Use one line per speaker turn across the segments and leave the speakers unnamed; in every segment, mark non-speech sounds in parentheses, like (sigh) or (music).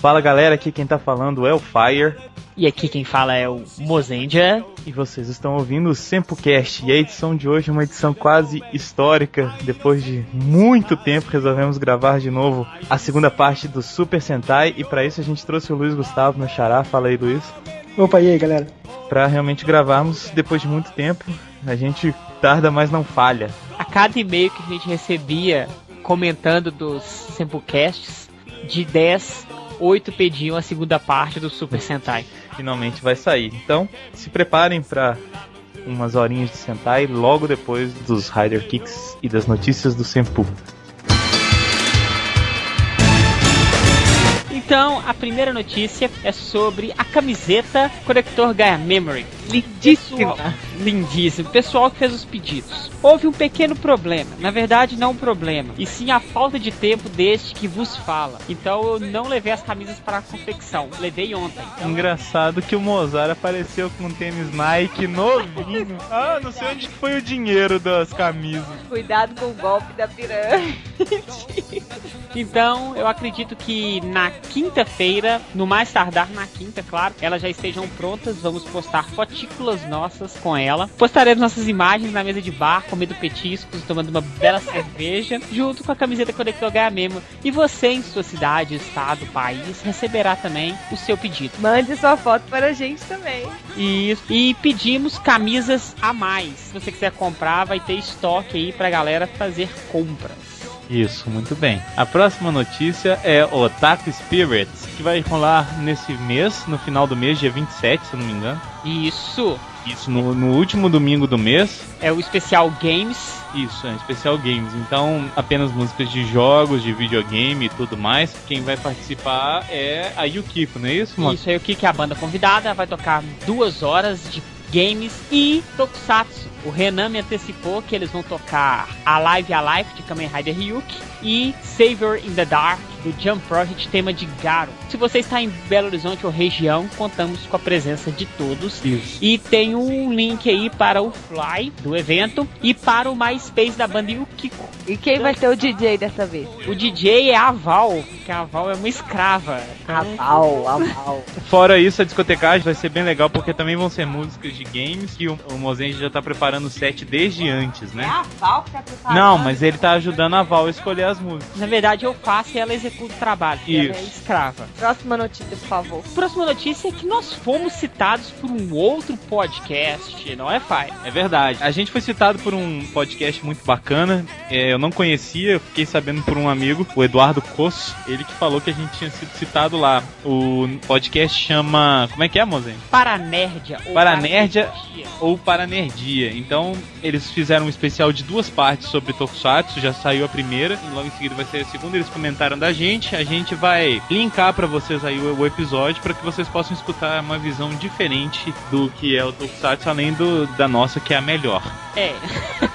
Fala galera, aqui quem tá falando é o Fire.
E aqui quem fala é o Mozendia.
E vocês estão ouvindo o Sempocast. E a edição de hoje é uma edição quase histórica. Depois de muito tempo, resolvemos gravar de novo a segunda parte do Super Sentai. E para isso a gente trouxe o Luiz Gustavo no Xará. Fala aí, Luiz.
Opa, e aí, galera?
Pra realmente gravarmos depois de muito tempo. A gente tarda, mas não falha.
A cada e-mail que a gente recebia comentando dos Sempocasts, de 10, 8 pediam a segunda parte do Super Sentai.
Finalmente vai sair. Então, se preparem para umas horinhas de Sentai logo depois dos Rider Kicks e das notícias do Senpu.
Então, a primeira notícia é sobre a camiseta Conector Gaia Memory. Lindíssimo! Lindíssimo. Pessoal que fez os pedidos. Houve um pequeno problema. Na verdade, não um problema. E sim a falta de tempo deste que vos fala. Então eu não levei as camisas para a confecção. Levei ontem. Então...
Engraçado que o Mozart apareceu com um tênis Nike (laughs) novinho. ah, não sei onde foi o dinheiro das camisas.
Cuidado com o golpe da pirâmide.
então, eu acredito que na quinta-feira, no mais tardar na quinta, claro, elas já estejam prontas. Vamos postar fotículas nossas com ela. Postaremos nossas imagens na mesa de bar, comendo petiscos, tomando uma bela cerveja, junto com a camiseta Conector Gaia Memo. E você, em sua cidade, estado, país, receberá também o seu pedido.
Mande sua foto para a gente também.
Isso. E pedimos camisas a mais. Se você quiser comprar, vai ter estoque aí pra galera fazer compras.
Isso, muito bem. A próxima notícia é o Otaku Spirits, que vai rolar nesse mês, no final do mês, dia 27, se eu não me engano.
Isso!
Isso, no, no último domingo do mês.
É o especial Games.
Isso, é especial games. Então, apenas músicas de jogos, de videogame e tudo mais. Quem vai participar é a Yukiko, não é isso, mano?
Isso, a Yukiko é a banda convidada, vai tocar duas horas de games e tokusatsu. O Renan me antecipou que eles vão tocar a Live a Life de Kamen Rider Ryuk e Savior in the Dark do Jump Project, tema de Garo. Se você está em Belo Horizonte ou região, contamos com a presença de todos.
Isso.
E tem um link aí para o Fly do evento e para o MySpace da banda Yukiko.
E quem vai ser o DJ dessa vez?
O DJ é a Val, que a Val é uma escrava.
A Val, a Val.
Fora isso, a discotecagem vai ser bem legal porque também vão ser músicas de games que o, o Mozende já está preparando preparando o set desde antes, né? É
a Val que tá preparando.
Não, mas ele tá ajudando a Val a escolher as músicas.
Na verdade, eu faço e ela executa o trabalho.
Isso.
Ela é escrava.
Próxima notícia, por favor.
Próxima notícia é que nós fomos citados por um outro podcast, não é, Fai?
É verdade. A gente foi citado por um podcast muito bacana. É, eu não conhecia, fiquei sabendo por um amigo, o Eduardo Coço. Ele que falou que a gente tinha sido citado lá. O podcast chama. Como é que é, Mozen?
Paranerdia. Ou
Paranerdia ou Paranerdia. Então, eles fizeram um especial de duas partes sobre Tokusatsu, já saiu a primeira, e logo em seguida vai sair a segunda. Eles comentaram da gente, a gente vai linkar para vocês aí o, o episódio para que vocês possam escutar uma visão diferente do que é o Tokusatsu, além do, da nossa, que é a melhor.
É.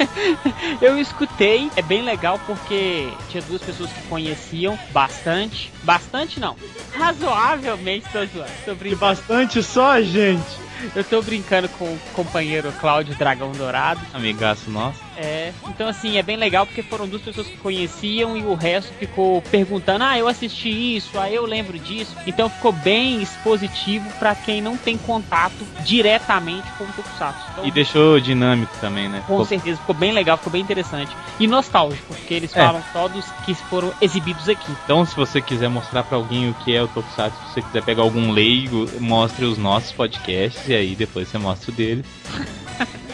(laughs) eu escutei, é bem legal porque tinha duas pessoas que conheciam bastante. Bastante não. Razoavelmente tô zoando. Tô
e bastante só, gente.
Eu tô brincando com o companheiro Cláudio Dragão Dourado.
Amigaço nosso.
É, então assim, é bem legal porque foram duas pessoas que conheciam e o resto ficou perguntando: ah, eu assisti isso, ah, eu lembro disso. Então ficou bem expositivo para quem não tem contato diretamente com o Tokusatsu. Então,
e deixou dinâmico também, né?
Com ficou... certeza, ficou bem legal, ficou bem interessante. E nostálgico, porque eles é. falam só dos que foram exibidos aqui.
Então, se você quiser mostrar para alguém o que é o Tokusatsu, se você quiser pegar algum leigo, mostre os nossos podcasts e aí depois você mostra o dele.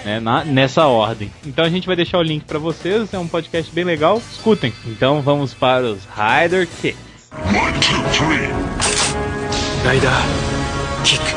né, na, nessa ordem. Então a gente vai deixar o link para vocês, é um podcast bem legal, escutem. Então vamos para os Rider Kicks. 1, 2, 3 Rider Kick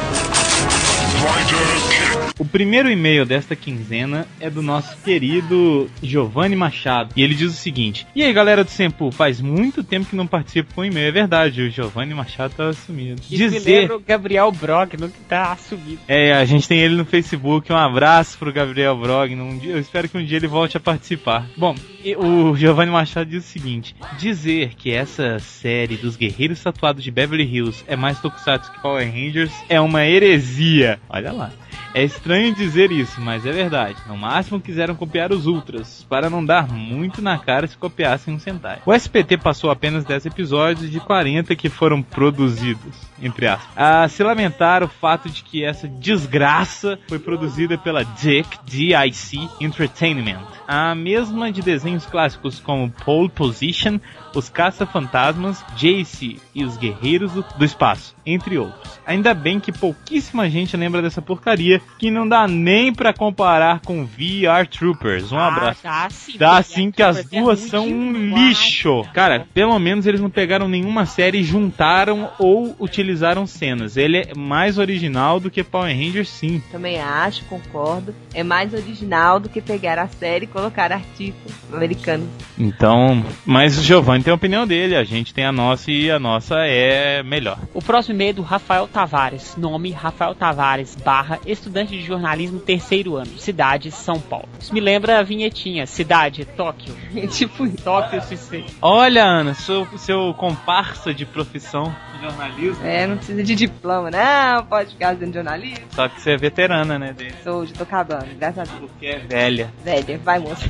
Rider Kick o primeiro e-mail desta quinzena é do nosso querido Giovanni Machado. E ele diz o seguinte: E aí, galera do Sempu, faz muito tempo que não participo com e-mail. É verdade, o Giovanni Machado tá assumido.
E Dizer... me lembra o Gabriel Brogno que tá assumido.
É, a gente tem ele no Facebook. Um abraço pro Gabriel Brogno. Um dia, eu espero que um dia ele volte a participar. Bom, o Giovanni Machado diz o seguinte: Dizer que essa série dos Guerreiros Tatuados de Beverly Hills é mais tokusatsu que Power Rangers é uma heresia. Olha lá. É estranho dizer isso, mas é verdade. No máximo quiseram copiar os Ultras, para não dar muito na cara se copiassem um Sentai. O SPT passou apenas 10 episódios de 40 que foram produzidos, entre aspas. A se lamentar o fato de que essa desgraça foi produzida pela Dick, D.I.C. Entertainment. A mesma de desenhos clássicos como Pole Position, Os Caça-Fantasmas, Jace e Os Guerreiros do- do Espaço, entre outros. Ainda bem que pouquíssima gente lembra dessa porcaria, que não dá nem pra comparar com VR Troopers. Um abraço.
Ah, dá sim,
Dá
porque
assim
aqui
que as
você é
duas
ruim
são um
demais.
lixo. Cara, pelo menos eles não pegaram nenhuma série, e juntaram ou utilizaram cenas. Ele é mais original do que Power Rangers, sim.
Também acho, concordo. É mais original do que pegar a série e colocar artigos americanos. (laughs)
Então, mas o Giovanni tem a opinião dele, a gente tem a nossa e a nossa é melhor.
O próximo e-mail é do Rafael Tavares. Nome Rafael Tavares, barra, estudante de jornalismo terceiro ano. Cidade, São Paulo. Isso me lembra a vinhetinha. Cidade, Tóquio.
tipo isso.
Tóquio, suicídio.
Olha, Ana, seu, seu comparsa de profissão de jornalismo,
É, não precisa de diploma, não. Pode ficar sendo jornalista.
só que você é veterana, né, dele,
Sou, já tô acabando, graças a Deus.
porque é velha.
Velha, vai moça.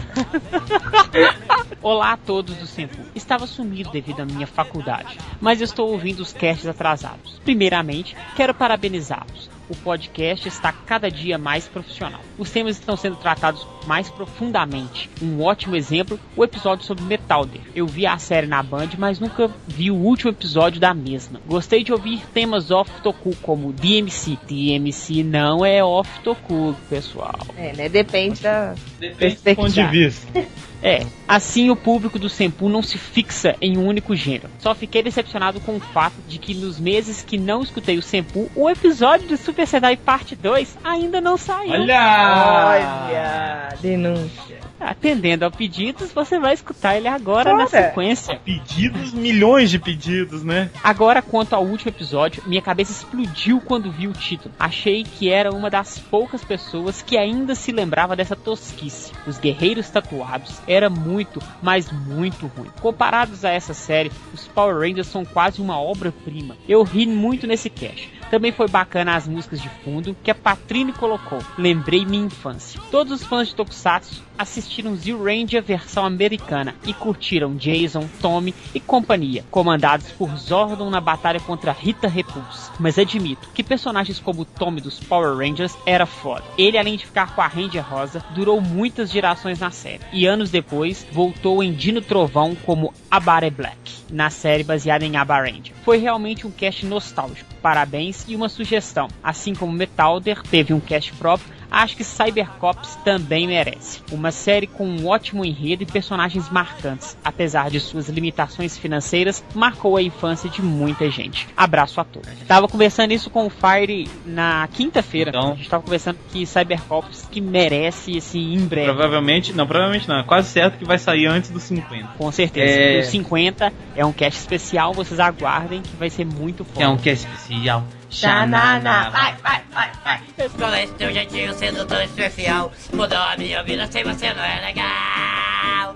Olá a todos do Senpu. Estava sumido devido à minha faculdade, mas estou ouvindo os casts atrasados. Primeiramente, quero parabenizá-los. O podcast está cada dia mais profissional. Os temas estão sendo tratados mais profundamente. Um ótimo exemplo, o episódio sobre Metalder. Eu vi a série na Band, mas nunca vi o último episódio da mesma. Gostei de ouvir temas off-toku como DMC. DMC não é off-toku, pessoal.
É, né? Depende da.
Depende do ponto de
Perspectiva.
vista.
É, assim o público do Senpu não se fixa em um único gênero. Só fiquei decepcionado com o fato de que nos meses que não escutei o Senpu, o episódio do Super Sentai Parte 2 ainda não saiu.
Olha! Denúncia.
Atendendo a pedidos, você vai escutar ele agora na
Ora.
sequência.
Pedidos, milhões de pedidos, né?
Agora, quanto ao último episódio, minha cabeça explodiu quando vi o título. Achei que era uma das poucas pessoas que ainda se lembrava dessa tosquice. Os Guerreiros Tatuados era muito, mas muito ruim. Comparados a essa série, os Power Rangers são quase uma obra-prima. Eu ri muito nesse cast. Também foi bacana as músicas de fundo que a Patrine colocou. Lembrei minha infância. Todos os fãs de Tokusatsu assistiram Zio Ranger versão americana e curtiram Jason, Tommy e companhia, comandados por Zordon na batalha contra Rita Repulse. Mas admito que personagens como o Tommy dos Power Rangers era foda. Ele, além de ficar com a Ranger Rosa, durou muitas gerações na série e anos depois voltou em Dino Trovão como Abare Black na série baseada em Abba Ranger. Foi realmente um cast nostálgico. Parabéns e uma sugestão. Assim como Metalder teve um cast próprio, acho que Cybercops também merece. Uma série com um ótimo enredo e personagens marcantes. Apesar de suas limitações financeiras, marcou a infância de muita gente. Abraço a todos. Tava conversando isso com o Fire na quinta-feira.
Então.
A gente tava conversando que Cybercops que merece, assim, em breve.
Provavelmente, não, provavelmente não. É quase certo que vai sair antes dos 50.
Com certeza.
É.
O 50 é um cast especial, vocês aguardem que vai ser muito forte.
que é especial.
Xanana, vai, vai, vai, vai.
Com esse objetivo sendo tão especial, mudou a minha vida sem você não é legal.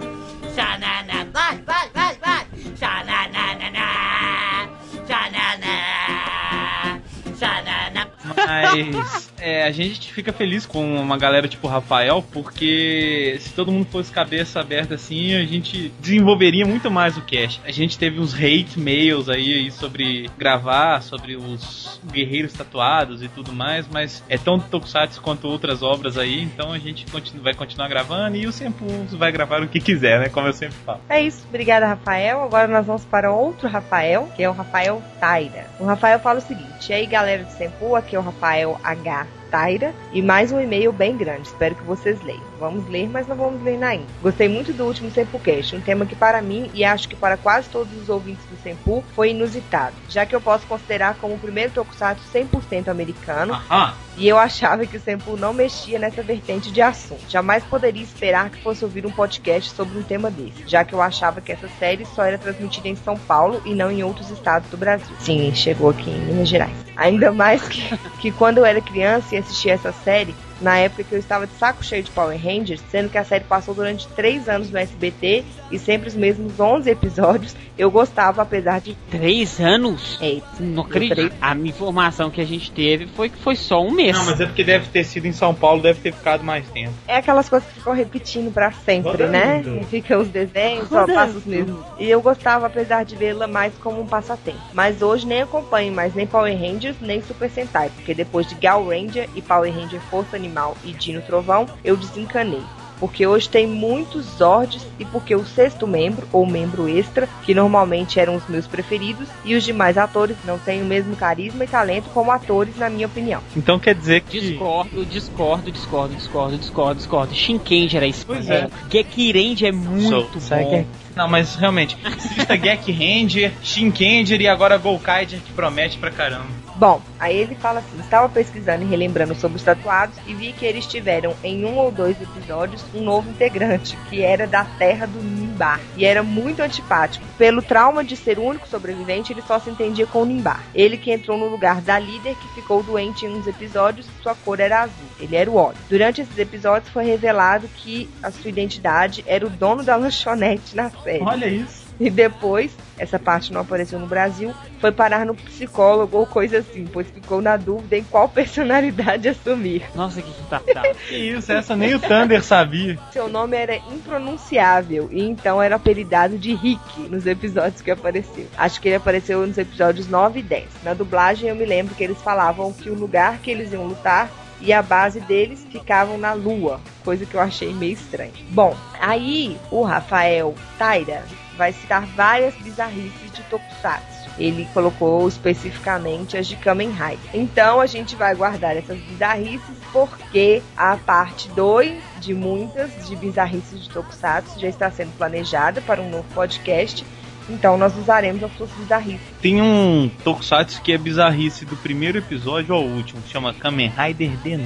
Xanana, vai, vai, vai, vai. Xananana, xanana, xanana.
Mas é, a gente fica feliz com uma galera tipo Rafael, porque se todo mundo fosse cabeça aberta assim, a gente desenvolveria muito mais o cast. A gente teve uns hate mails aí, aí sobre gravar, sobre os guerreiros tatuados e tudo mais, mas é tão Tokusatsu quanto outras obras aí, então a gente continu- vai continuar gravando e o Senpu vai gravar o que quiser, né? Como eu sempre falo.
É isso, obrigada Rafael. Agora nós vamos para outro Rafael, que é o Rafael Taira. O Rafael fala o seguinte: e aí galera do Sempu, aqui é o Rafael H. Taira e mais um e-mail bem grande. Espero que vocês leiam. Vamos ler, mas não vamos ler ainda. Gostei muito do último Sempucast, um tema que para mim e acho que para quase todos os ouvintes do Sempu foi inusitado, já que eu posso considerar como o primeiro tokusatsu 100% americano
Aham.
e eu achava que o Senpu não mexia nessa vertente de assunto. Jamais poderia esperar que fosse ouvir um podcast sobre um tema desse, já que eu achava que essa série só era transmitida em São Paulo e não em outros estados do Brasil. Sim, chegou aqui em Minas Gerais. Ainda mais que, que quando eu era criança e assistia essa série, na época que eu estava de saco cheio de Power Rangers, sendo que a série passou durante três anos no SBT e sempre os mesmos 11 episódios, eu gostava, apesar de.
Três anos?
Ei,
Não acredito. A informação que a gente teve foi que foi só um mês.
Não, mas é porque deve ter sido em São Paulo, deve ter ficado mais tempo.
É aquelas coisas que ficam repetindo pra sempre,
Rodando.
né? E Ficam os desenhos, só
Rodando.
passa os mesmos. E eu gostava, apesar de vê-la mais como um passatempo. Mas hoje nem acompanho mais nem Power Rangers, nem Super Sentai, porque depois de Gal Ranger e Power Ranger Força Animal e Dino Trovão, eu desencanei. Porque hoje tem muitos Zords e porque o sexto membro, ou membro extra, que normalmente eram os meus preferidos, e os demais atores não têm o mesmo carisma e talento como atores, na minha opinião.
Então quer dizer que.
Discordo, discordo, discordo, discordo, discordo, discordo. Shinkenji era isso.
Pois é.
Gekirenji é muito
Sou-
bom.
Sabe que- é? Não, mas realmente, exista Gek Ranger, Shinkenger e agora Golkaider que promete pra caramba.
Bom, aí ele fala assim: estava pesquisando e relembrando sobre os tatuados e vi que eles tiveram em um ou dois episódios um novo integrante, que era da terra do Nimbar. E era muito antipático. Pelo trauma de ser o único sobrevivente, ele só se entendia com o Nimbar. Ele que entrou no lugar da líder que ficou doente em uns episódios, sua cor era azul. Ele era o óleo. Durante esses episódios foi revelado que a sua identidade era o dono da lanchonete na série.
Olha isso.
E depois, essa parte não apareceu no Brasil, foi parar no psicólogo ou coisa assim, pois ficou na dúvida em qual (laughs) personalidade assumir.
Nossa, que
(laughs)
retardado.
Que isso, essa nem o Thunder sabia.
Seu nome era impronunciável e então era apelidado de Rick nos episódios que apareceu. Acho que ele apareceu nos episódios 9 e 10. Na dublagem eu me lembro que eles falavam que o lugar que eles iam lutar e a base deles ficavam na lua, coisa que eu achei meio estranha. Bom, aí o Rafael Taira vai citar várias bizarrices de Tokusatsu. Ele colocou especificamente as de Kamen Rider. Então a gente vai guardar essas bizarrices porque a parte 2 de muitas de bizarrices de Tokusatsu já está sendo planejada para um novo podcast. Então nós usaremos as suas bizarrices.
Tem um Tokusatsu que é bizarrice do primeiro episódio ao último, chama Kamen Rider Deno.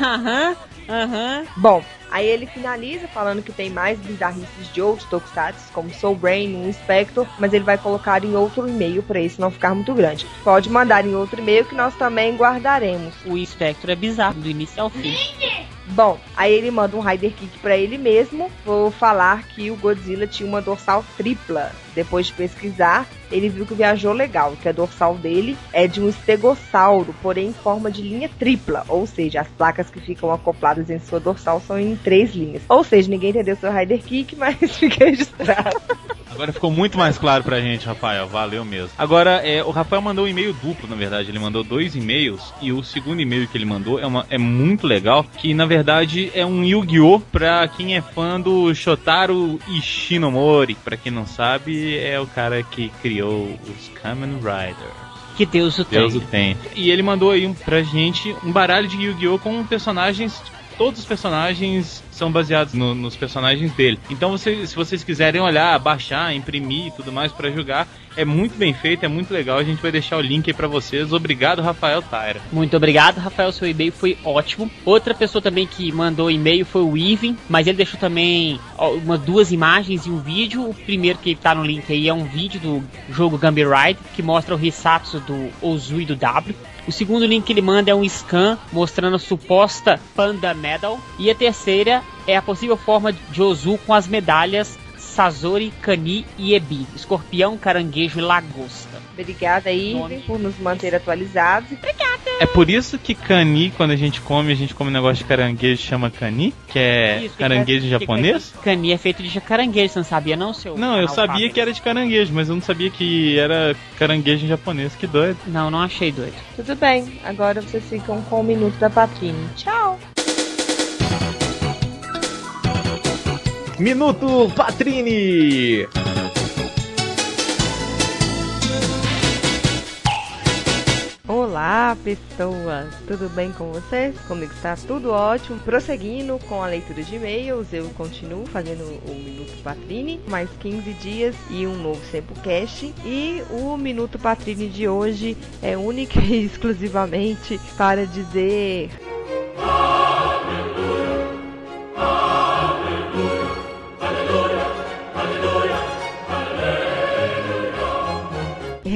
Aham, aham.
Bom, aí ele finaliza falando que tem mais bizarrices de outros Tokusatsu, como Soul Brain, Inspector, mas ele vai colocar em outro e-mail para isso não ficar muito grande. Pode mandar em outro e-mail que nós também guardaremos.
O espectro é bizarro, do início ao fim.
Bom, aí ele manda um Rider Kick pra ele mesmo. Vou falar que o Godzilla tinha uma dorsal tripla. Depois de pesquisar, ele viu que viajou legal, que a dorsal dele é de um estegossauro, porém em forma de linha tripla. Ou seja, as placas que ficam acopladas em sua dorsal são em três linhas. Ou seja, ninguém entendeu seu Rider Kick, (laughs) mas fica registrado.
Agora ficou muito mais claro pra gente, Rafael. Valeu mesmo. Agora, é, o Rafael mandou um e-mail duplo, na verdade. Ele mandou dois e-mails. E o segundo e-mail que ele mandou é, uma- é muito legal. Que, na verdade, é um Yu-Gi-Oh! pra quem é fã do Shotaro Ishinomori. Pra quem não sabe, é o cara que criou os Kamen Riders.
Que Deus o
Deus o
tenha.
tem. E ele mandou aí um- pra gente um baralho de Yu-Gi-Oh! com personagens. Todos os personagens são baseados no- nos personagens dele. Então, você- se vocês quiserem olhar, baixar, imprimir e tudo mais pra jogar, é muito bem feito, é muito legal. A gente vai deixar o link aí pra vocês. Obrigado, Rafael Taira.
Muito obrigado, Rafael. Seu e-mail foi ótimo. Outra pessoa também que mandou e-mail foi o Ivan, mas ele deixou também ó, umas duas imagens e um vídeo. O primeiro que tá no link aí é um vídeo do jogo Gumby Ride, que mostra o Hisatsu do Ozu e do W. O segundo link que ele manda é um scan mostrando a suposta Panda Medal. E a terceira é a possível forma de Ozu com as medalhas Sazori, Kani e Ebi, escorpião, caranguejo e lagosta.
Obrigada, Ivan, por nos manter atualizados.
É por isso que cani, quando a gente come, a gente come um negócio de caranguejo chama cani, que é
Isso, assim, que
caranguejo
que- que-
japonês.
Cani é feito de caranguejo, você não sabia não, seu?
Não, eu
analfabeto?
sabia que é- era de caranguejo, mas eu não sabia que era caranguejo em japonês. Que doido.
Não, não achei doido.
Tudo bem, agora vocês ficam com o minuto da Patrine. Tchau!
Minuto Patrini!
Olá, pessoas! Tudo bem com vocês? Comigo está tudo ótimo. Prosseguindo com a leitura de e-mails, eu continuo fazendo o Minuto Patrine, mais 15 dias e um novo Sempocast. E o Minuto Patrine de hoje é única (laughs) e exclusivamente para dizer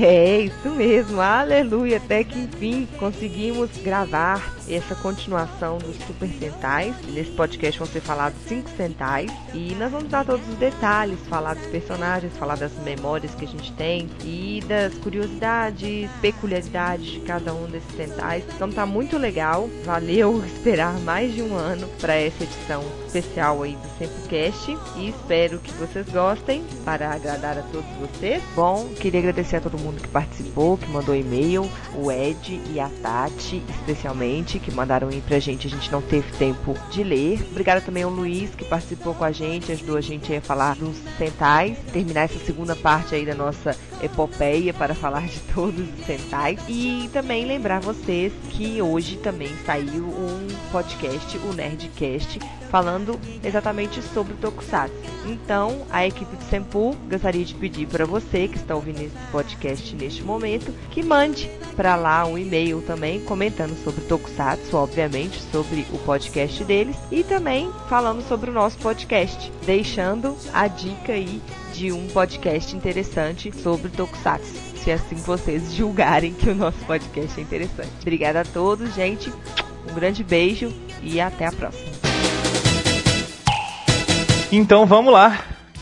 É isso mesmo, aleluia! Até que enfim conseguimos gravar essa continuação dos Super Sentais. Nesse podcast vão ser falados cinco Sentais e nós vamos dar todos os detalhes, falar dos personagens, falar das memórias que a gente tem e das curiosidades, peculiaridades de cada um desses Sentais. Então tá muito legal, valeu (laughs) esperar mais de um ano para essa edição especial aí do Sempocast e espero que vocês gostem para agradar a todos vocês. Bom, queria agradecer a todo mundo que participou, que mandou e-mail, o Ed e a Tati, especialmente, que mandaram ir pra gente, a gente não teve tempo de ler. Obrigada também ao Luiz, que participou com a gente, ajudou a gente a falar dos centais, terminar essa segunda parte aí da nossa epopeia para falar de (laughs) todos os centais. E também lembrar vocês que hoje também saiu um podcast, o Nerdcast, falando exatamente sobre o Tokusatsu. Então, a equipe do Senpu gostaria de pedir para você que está ouvindo esse podcast neste momento que mande para lá um e-mail também comentando sobre o Tokusatsu, obviamente, sobre o podcast deles e também falando sobre o nosso podcast, deixando a dica aí de um podcast interessante sobre Tokusatsu. Se assim vocês (laughs) julgarem que o nosso podcast é interessante. Obrigada a todos, gente. Um grande beijo e até a próxima.
Então vamos lá.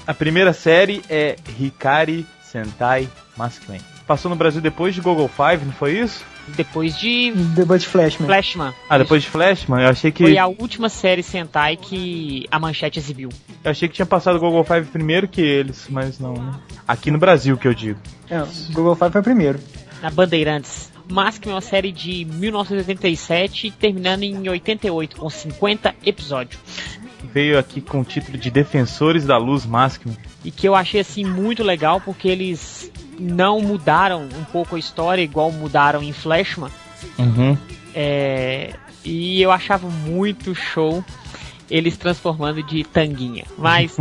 A primeira série é Hikari Sentai Mask Man. Passou no Brasil depois de Google Five, não foi isso?
Depois de
Depois de Flashman.
Flashman.
Ah, depois de Flashman? Eu achei que
Foi a última série Sentai que a manchete exibiu.
eu achei que tinha passado o Google Five primeiro que eles, mas não, né? Aqui no Brasil que eu digo.
É, Google Five foi o primeiro.
na Bandeirantes. Mask é uma série de 1987, terminando em 88, com 50 episódios.
Veio aqui com o título de Defensores da Luz Mask Man.
E que eu achei assim muito legal porque eles não mudaram um pouco a história, igual mudaram em Flashman.
Uhum.
É, E eu achava muito show eles transformando de tanguinha. Mas,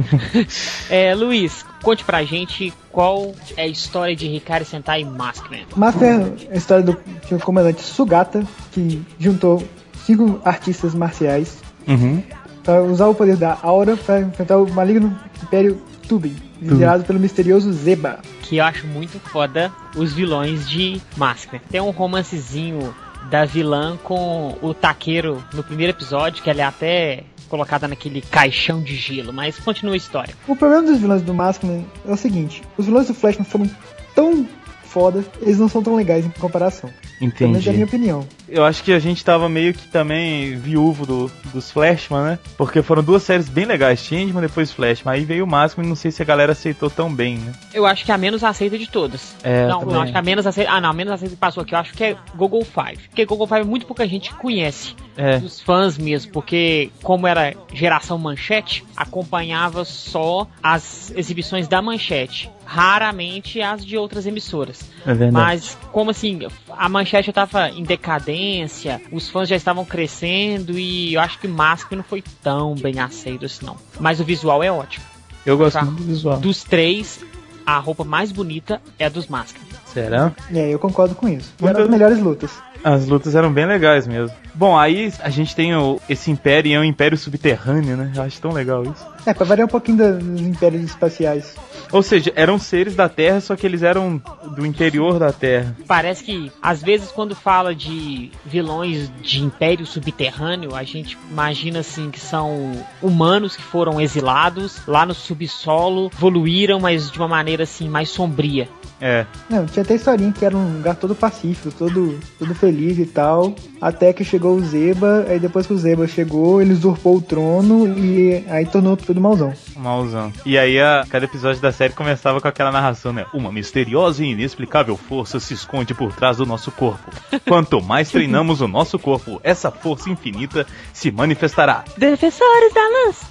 é, Luiz, conte pra gente qual é a história de Ricardo Sentai Maskman.
Master é a história do, de um comandante Sugata, que juntou cinco artistas marciais
Uhum.
para usar o poder da aura para enfrentar o maligno Império Tubin, liderado pelo misterioso Zeba.
que eu acho muito foda os vilões de Maskman. Tem um romancezinho da vilã com o taqueiro no primeiro episódio, que ela é até colocada naquele caixão de gelo, mas continua a história.
O problema dos vilões do Maskman é o seguinte: os vilões do Flashman foram tão fodas, eles não são tão legais em comparação. Pelo menos é a minha
Entendi.
opinião.
Eu acho que a gente tava meio que também viúvo do, dos Flashman, né? Porque foram duas séries bem legais, Changeman depois Flashman. Aí veio o Maskman e não sei se a galera aceitou tão bem, né?
Eu acho que é a menos aceita de todas.
É,
não,
também.
eu acho que a menos aceita. Ah, não, a menos aceita que passou aqui. Eu acho que é Google Five. Porque Google Five muito pouca gente conhece.
É.
dos fãs mesmo, porque como era geração manchete, acompanhava só as exibições da manchete, raramente as de outras emissoras.
É verdade.
Mas como assim, a manchete já tava em decadência, os fãs já estavam crescendo e eu acho que Mask não foi tão bem aceito assim não. Mas o visual é ótimo.
Eu gosto
Tá.
muito do visual.
Dos três, a roupa mais bonita é a dos Mask.
Será?
É, eu concordo com isso. E
Muito-
eram as melhores lutas.
As lutas eram bem legais mesmo. Bom, aí a gente tem o- esse império e é um império subterrâneo, né? Eu acho tão legal isso.
É, pra variar um pouquinho da- dos impérios espaciais.
Ou seja, eram seres da Terra, só que eles eram do interior da Terra.
Parece que, às vezes, quando fala de vilões de império subterrâneo, a gente imagina assim que são humanos que foram exilados lá no subsolo, evoluíram, mas de uma maneira assim mais sombria.
É.
Não, tinha até historinha que era um lugar todo pacífico, todo, todo feliz e tal. Até que chegou o Zeba, aí depois que o Zeba chegou, ele usurpou o trono e aí tornou tudo mauzão.
Malzão. E aí, a, cada episódio da série começava com aquela narração, né? Uma misteriosa e inexplicável força se esconde por trás do nosso corpo. Quanto mais treinamos o nosso corpo, essa força infinita se manifestará.
Defensores da lança!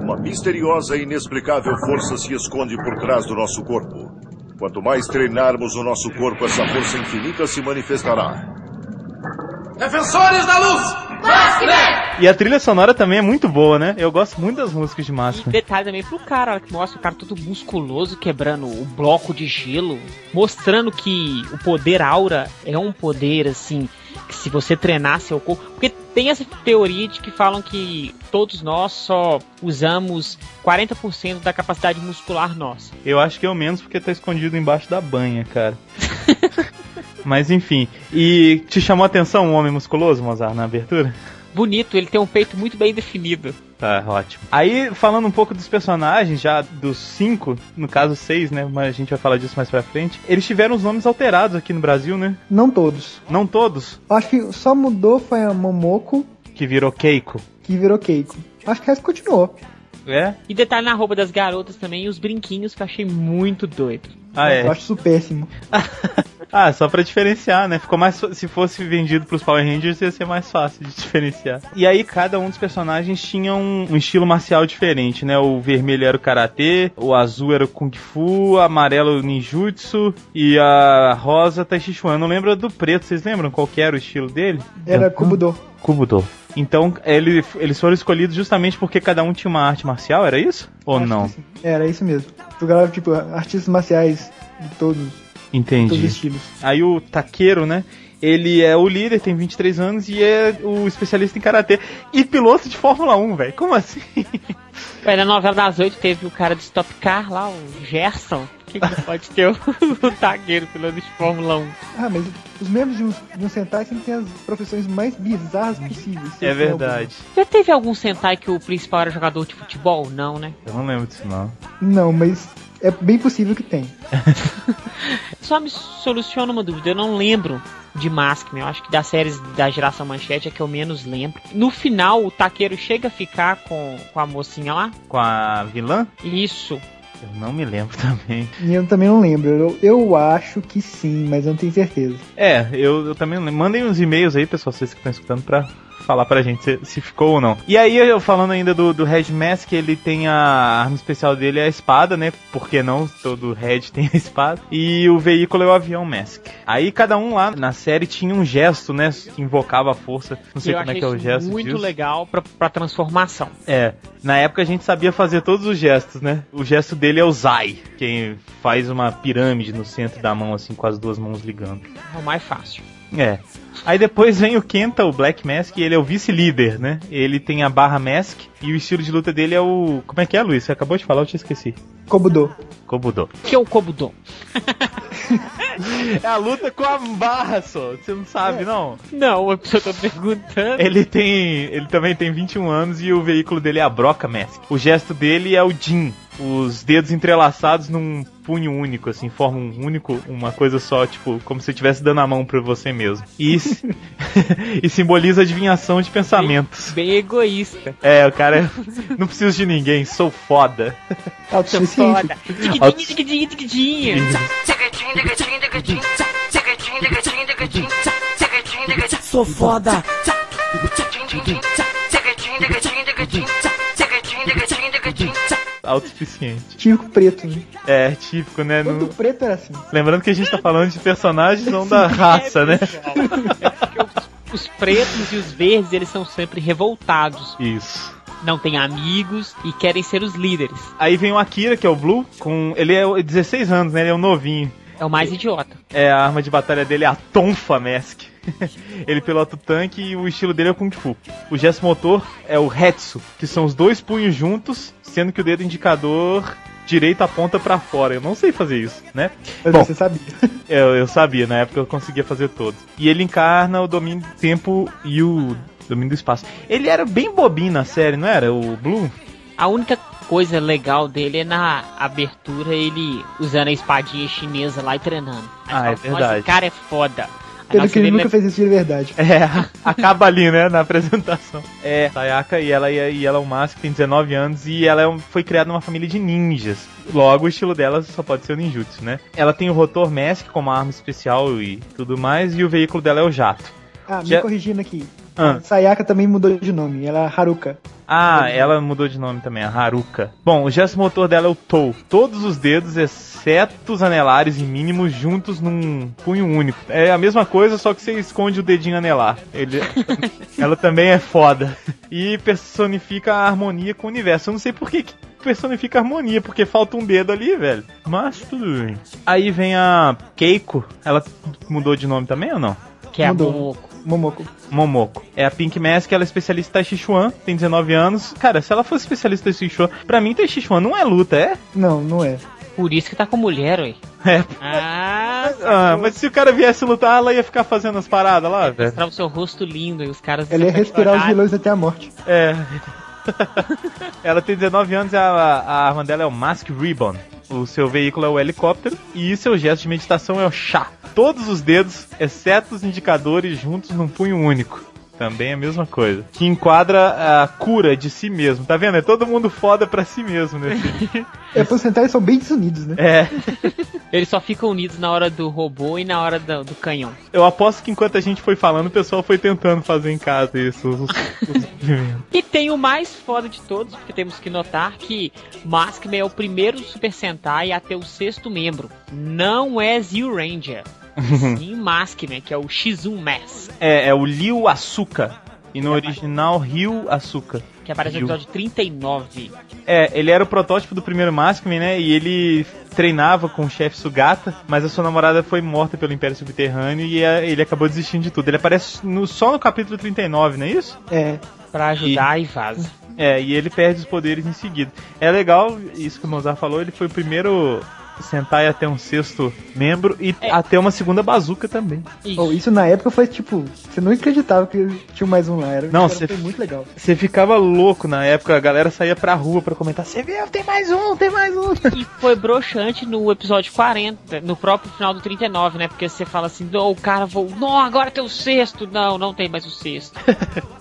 Uma misteriosa e inexplicável força se esconde por trás do nosso corpo. Quanto mais treinarmos o nosso corpo, essa força infinita se manifestará. Defensores da luz!
E a trilha sonora também é muito boa, né? Eu gosto muito das músicas de
E
Máscara.
um detalhe também pro cara, que mostra o cara todo musculoso, quebrando o bloco de gelo, mostrando que o poder aura é um poder, assim, que se você treinar seu corpo. Porque tem essa teoria de que falam que todos nós só usamos 40% da capacidade muscular nossa.
Eu acho que é o menos porque tá escondido embaixo da banha, cara. Mas enfim. E te chamou a atenção um homem musculoso, Mozart, na abertura?
Bonito, ele tem um peito muito bem definido.
Tá, ótimo. Aí, falando um pouco dos personagens, já dos cinco, no caso seis, né? Mas a gente vai falar disso mais pra frente. Eles tiveram os nomes alterados aqui no Brasil, né?
Não todos.
Não todos,
Acho que só mudou foi a Momoko,
que virou Keiko.
que virou Keiko. Acho que o resto continuou.
É?
E detalhe na roupa das garotas também, e os brinquinhos que eu achei muito doido.
Ah, é.
Eu acho isso péssimo.
Ah, só pra diferenciar, né? Ficou mais fa- se fosse vendido pros Power Rangers ia ser mais fácil de (laughs) diferenciar. E aí cada um dos personagens tinha um, um estilo marcial diferente, né? O vermelho era o karatê, o azul era o kung fu, o amarelo o ninjutsu e a rosa Taishichuan. Não lembra do preto, vocês lembram qual que era o estilo dele?
Era Kubudô.
Kubudo. Então, ele- eles foram escolhidos justamente porque cada um tinha uma arte marcial, era isso? Ou
Acho
não?
que sim. Era isso mesmo. Jogaram, tipo, artistas marciais de todos, todos os
Entendi.
estilos.
Aí o Taqueiro, né? Ele é o líder, tem 23 anos e é o especialista em karatê. E piloto de Fórmula 1, velho. Como assim?
Aí na novela das oito teve o cara do Stop Car lá, o Gerson. Que que pode ter um (laughs) o, o tagueiro piloto de Fórmula 1?
Ah, mas os membros de um, de um Sentai sempre têm as profissões mais bizarras possíveis.
É verdade.
Já teve algum Sentai que o principal era jogador de futebol? Não, né?
Eu não lembro disso, não.
Não, mas é bem possível que tenha.
Só me soluciona uma dúvida, eu não lembro de Maskman, eu acho que das séries da geração manchete é que eu menos lembro. No final, o taqueiro chega a ficar com, com a mocinha lá?
Com a vilã?
Isso.
Eu não me lembro (laughs) também.
E eu também não lembro. Eu, eu acho que sim, mas eu não tenho certeza.
É, eu, eu também não lembro. Mandem uns e-mails aí, pessoal, vocês que estão escutando, pra falar pra gente se, se ficou ou não. E aí, eu falando ainda do, do Red Mask, ele tem a arma especial dele, é a espada, né? Porque não todo Red (laughs) tem a espada. E o veículo é o avião Mask. Aí cada um lá na série tinha um gesto, né? Que invocava a força. Não sei
eu
como é
achei
que é o
isso
gesto.
muito
disso.
legal pra, pra transformação.
É, na época a gente sabia fazer todos os gestos, né? O gesto dele é o Zai, que faz uma pirâmide no centro da mão, assim, com as duas mãos ligando.
É o mais fácil.
É. Aí depois vem o Kenta, o Black Mask, e ele é o vice-líder, né? Ele tem a barra Mask e o estilo de luta dele é o. Como é que é, Luiz? Você acabou de falar, eu te esqueci.
Kobudô.
Kobudo.
O que é o Kobudon?
É a luta com a barra só, você não sabe, não?
Não, eu só tô perguntando.
É. Ele tem. Ele também tem 21 anos e o veículo dele é a Broca Mask. O gesto dele é o Jin. Os dedos entrelaçados num punho único, assim, forma um único, uma coisa só, tipo, como se você estivesse dando a mão pra você mesmo. E, s- (laughs) e simboliza a adivinhação de pensamentos.
É Bem egoísta.
É, o cara. (laughs) Não preciso de ninguém, sou foda.
Seu
É Autossuficiente.
foda. Tiquidinha, tiquidinha, tiquidinha.
Sou foda.
Autossuficiente.
Tico preto, né?
É, típico, né?
Todo
Não-
preto era assim.
Lembrando que a gente tá falando de personagens não
(laughs)
da
é
É
raça, né?
Os pretos e os verdes, eles são sempre revoltados.
Isso.
Não têm amigos e querem ser os líderes.
Aí vem o Akira, que é o Blue, com. Ele é o- 16 anos, né? Ele é um novinho.
É o mais idiota.
É, a arma de batalha dele é a Tonfa Mask. (laughs) Ele pilota o tanque e o estilo dele é o Kung Fu. O gesto motor é o Hetsu, que são os dois punhos juntos, sendo que o dedo indicador direito aponta pra fora. Eu não sei fazer isso, né?
Mas
Bom.
você sabia.
Eu, eu sabia, na época eu conseguia fazer todos. E ele encarna o domínio do tempo e o domínio do espaço. Ele era bem bobinho na série, não era? O Blue?
A única coisa legal dele é na abertura ele usando a espadinha chinesa lá e treinando.
Ah,
Aí fala,
é
"Nossa,
verdade.
Esse cara é foda. Aí na
Pelo
hora
que
você
ele
vê
nunca
ele-
fez isso de verdade.
(laughs) É, acaba ali, né, na apresentação. É, Sayaka e ela, e ela é o Mask, tem 19 anos, e ela é um- foi criada numa família de ninjas. Logo, o estilo dela só pode ser o ninjutsu, né? Ela tem o rotor Mask como arma especial e tudo mais, e o veículo dela é o jato.
Ah, me
Já-
corrigindo aqui.
Ah.
Sayaka também mudou de nome. Ela é Haruka.
Ah, ela mudou de nome também, a Haruka. Bom, o gesto motor dela é o Tou. Todos os dedos, exceto os anelares e mínimos, juntos num punho único. É a mesma coisa, só que você esconde o dedinho anelar. Ele- ela também é foda. E personifica a harmonia com o universo. Eu não sei por que que personifica a harmonia, porque falta um dedo ali, velho. Mas tudo bem. Aí vem a Keiko. Ela mudou de nome também ou não?
que é a
Mudou.
Momoko.
Momoko.
Momoko. É a Pink Mask, ela é especialista em Tai Chi Chuan, tem 19 anos. Cara, se ela fosse especialista em Tai Chi Chuan, pra mim Tai Chi Chuan não é luta, é?
Não, não é.
Por isso que tá com mulher, ué.
É.
Ah,
Mas, ah, mas se o cara viesse lutar, ela ia ficar fazendo as paradas lá, velho.
Mostrar o seu rosto lindo e os caras.
Ela ia respirar os
decepcionados.
vilões até a morte.
É. (laughs) ela tem 19 anos e a, a arma dela é o Mask Ribbon. O seu veículo é o helicóptero e seu gesto de meditação é o chá. Todos os dedos, exceto os indicadores, juntos num punho único. Também é a mesma coisa. Que enquadra a cura de si mesmo. Tá vendo? É todo mundo foda pra si mesmo nesse.
É porcentagem são bem desunidos, né?
É.
Eles só ficam unidos na hora do robô e na hora do, do canhão.
Eu aposto que enquanto a gente foi falando, o pessoal foi tentando fazer em casa isso. os- os- os-
E tem o mais foda de todos, porque temos que notar que Maskman é o primeiro Super Sentai a ter o sexto membro. Não é Zio Ranger. Sim, Maskman, que é o X1 Mass,
é, é o Liu Asuka. E no original, Ryu Asuka.
que aparece no
Zio.
episódio 39.
É, ele era o protótipo do primeiro Maskman, né? E ele treinava com o chefe Sugata, mas a sua namorada foi morta pelo Império Subterrâneo e a- ele acabou desistindo de tudo. Ele aparece no- só no capítulo 39, não é isso?
É.
Pra ajudar e vaza.
É, e ele perde os poderes em seguida. É legal isso que o Mozart falou, ele foi o primeiro Sentai a ter um sexto membro e
É.
a ter uma segunda bazuca também.
Isso.
Ou Oh, isso na época foi tipo, você não acreditava que tinha mais um lá. Era,
Não,
era-
você-
foi muito legal.
Você ficava louco na época, a galera saía pra rua pra comentar: Você viu? Tem mais um, tem mais um. (laughs)
E foi broxante no episódio 40, no próprio final do 39, né? Porque você fala assim, "Não, o cara vou, não, agora tem o sexto. Não, não tem mais o sexto.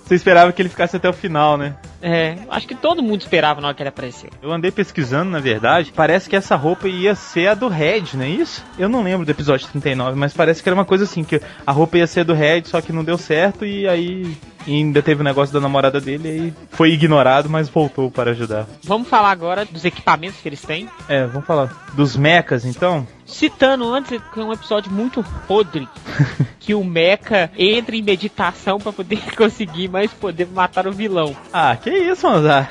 Você esperava que ele ficasse até o final, né?
É, acho que todo mundo esperava na hora que ele apareceu.
Eu andei pesquisando, na verdade, parece que essa roupa ia ser a do Red, não é isso? Eu não lembro do episódio 39, mas parece que era uma coisa assim, que a roupa ia ser a do Red, só que não deu certo e aí ainda teve o negócio da namorada dele e aí foi ignorado, mas voltou para ajudar.
Vamos falar agora dos equipamentos que eles têm.
É, vamos falar dos mechas então?
Citando antes que é um episódio muito
(laughs)
podre, que o Mecha entra em meditação pra poder (laughs) conseguir mais poder matar o vilão.
Ah, que isso, Manzar?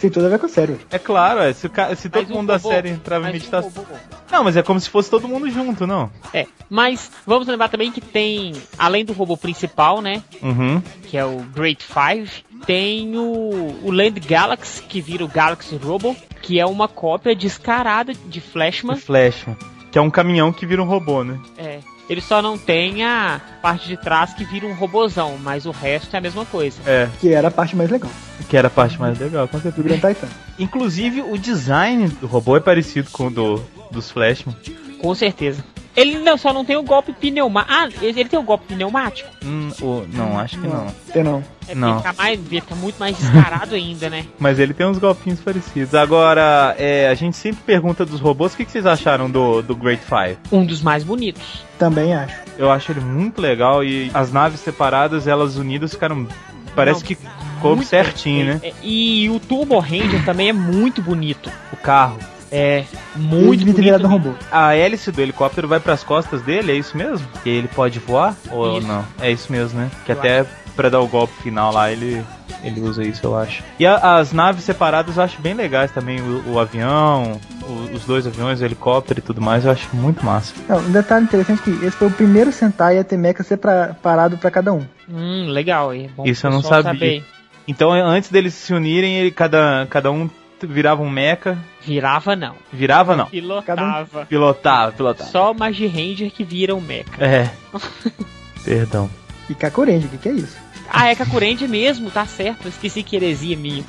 Tem tudo a ver com o sério.
(laughs) é claro, é, se, o ca- se
Mas
todo
um
mundo da
robô-
série entrava em
mas um
meditação.
robô-
Não, mas é como se fosse todo mundo junto, não?
É, mas vamos lembrar também que tem, além do robô principal, né,
Uhum.
que é o Great Five, tem o, o Land Galaxy, que vira o Galaxy Robo, que é uma cópia descarada de
O
Flashman.
Flashman, que é um caminhão que vira um robô, né?
É, ele só não tem a parte de trás que vira um robozão, mas o resto é a mesma coisa.
É,
Que era a parte mais legal
que era a parte mais legal, com certeza.
do Grand Titan.
Inclusive, o design do robô é parecido com o do, dos Flashman.
Com certeza. Ele não, só não tem o golpe pneumático. Ah, ele ele tem o golpe pneumático?
Hum, o- não, acho que não.
Tem não.
É,
Não.
Fica, mais, fica muito mais descarado ainda, né?
Mas ele tem uns golpinhos parecidos. Agora, é, a gente sempre pergunta dos robôs o que, que vocês acharam do, do Great Five.
Um dos mais bonitos.
Também acho.
Eu acho ele muito legal e as naves separadas, elas unidas ficaram. Parece
Não,
que coube
muito
certinho, né?
É, E o Turbo Ranger também é muito bonito.
O carro.
É,
Muito
muito
devia ter
bonito.
virado
né?
um robô.
A hélice do helicóptero vai pras costas dele, é isso mesmo? E ele pode voar? Ou
Isso.
não? É isso mesmo, né? Que
Eu
até pra dar o golpe final lá, ele, ele usa isso, eu acho. E a- as naves separadas eu acho bem legais também. O, o avião, o- os dois aviões, o helicóptero e tudo mais, eu acho muito massa.
Não, um detalhe interessante é que esse foi o primeiro Sentai a ter mecha separado pra cada um.
Hum, legal. É bom
Isso
pro
eu não
pessoal
sabia. Então, antes deles se unirem, ele, cada, cada um virava um mecha.
Virava não.
Virava, não.
Pilotava.
Pilotava, pilotava.
Só o Magi Ranger que vira um mecha.
É. (laughs) Perdão.
E Kakorenji, o que, que é isso?
Ah, é Kakurendi mesmo, tá certo. eu Esqueci que heresia minha.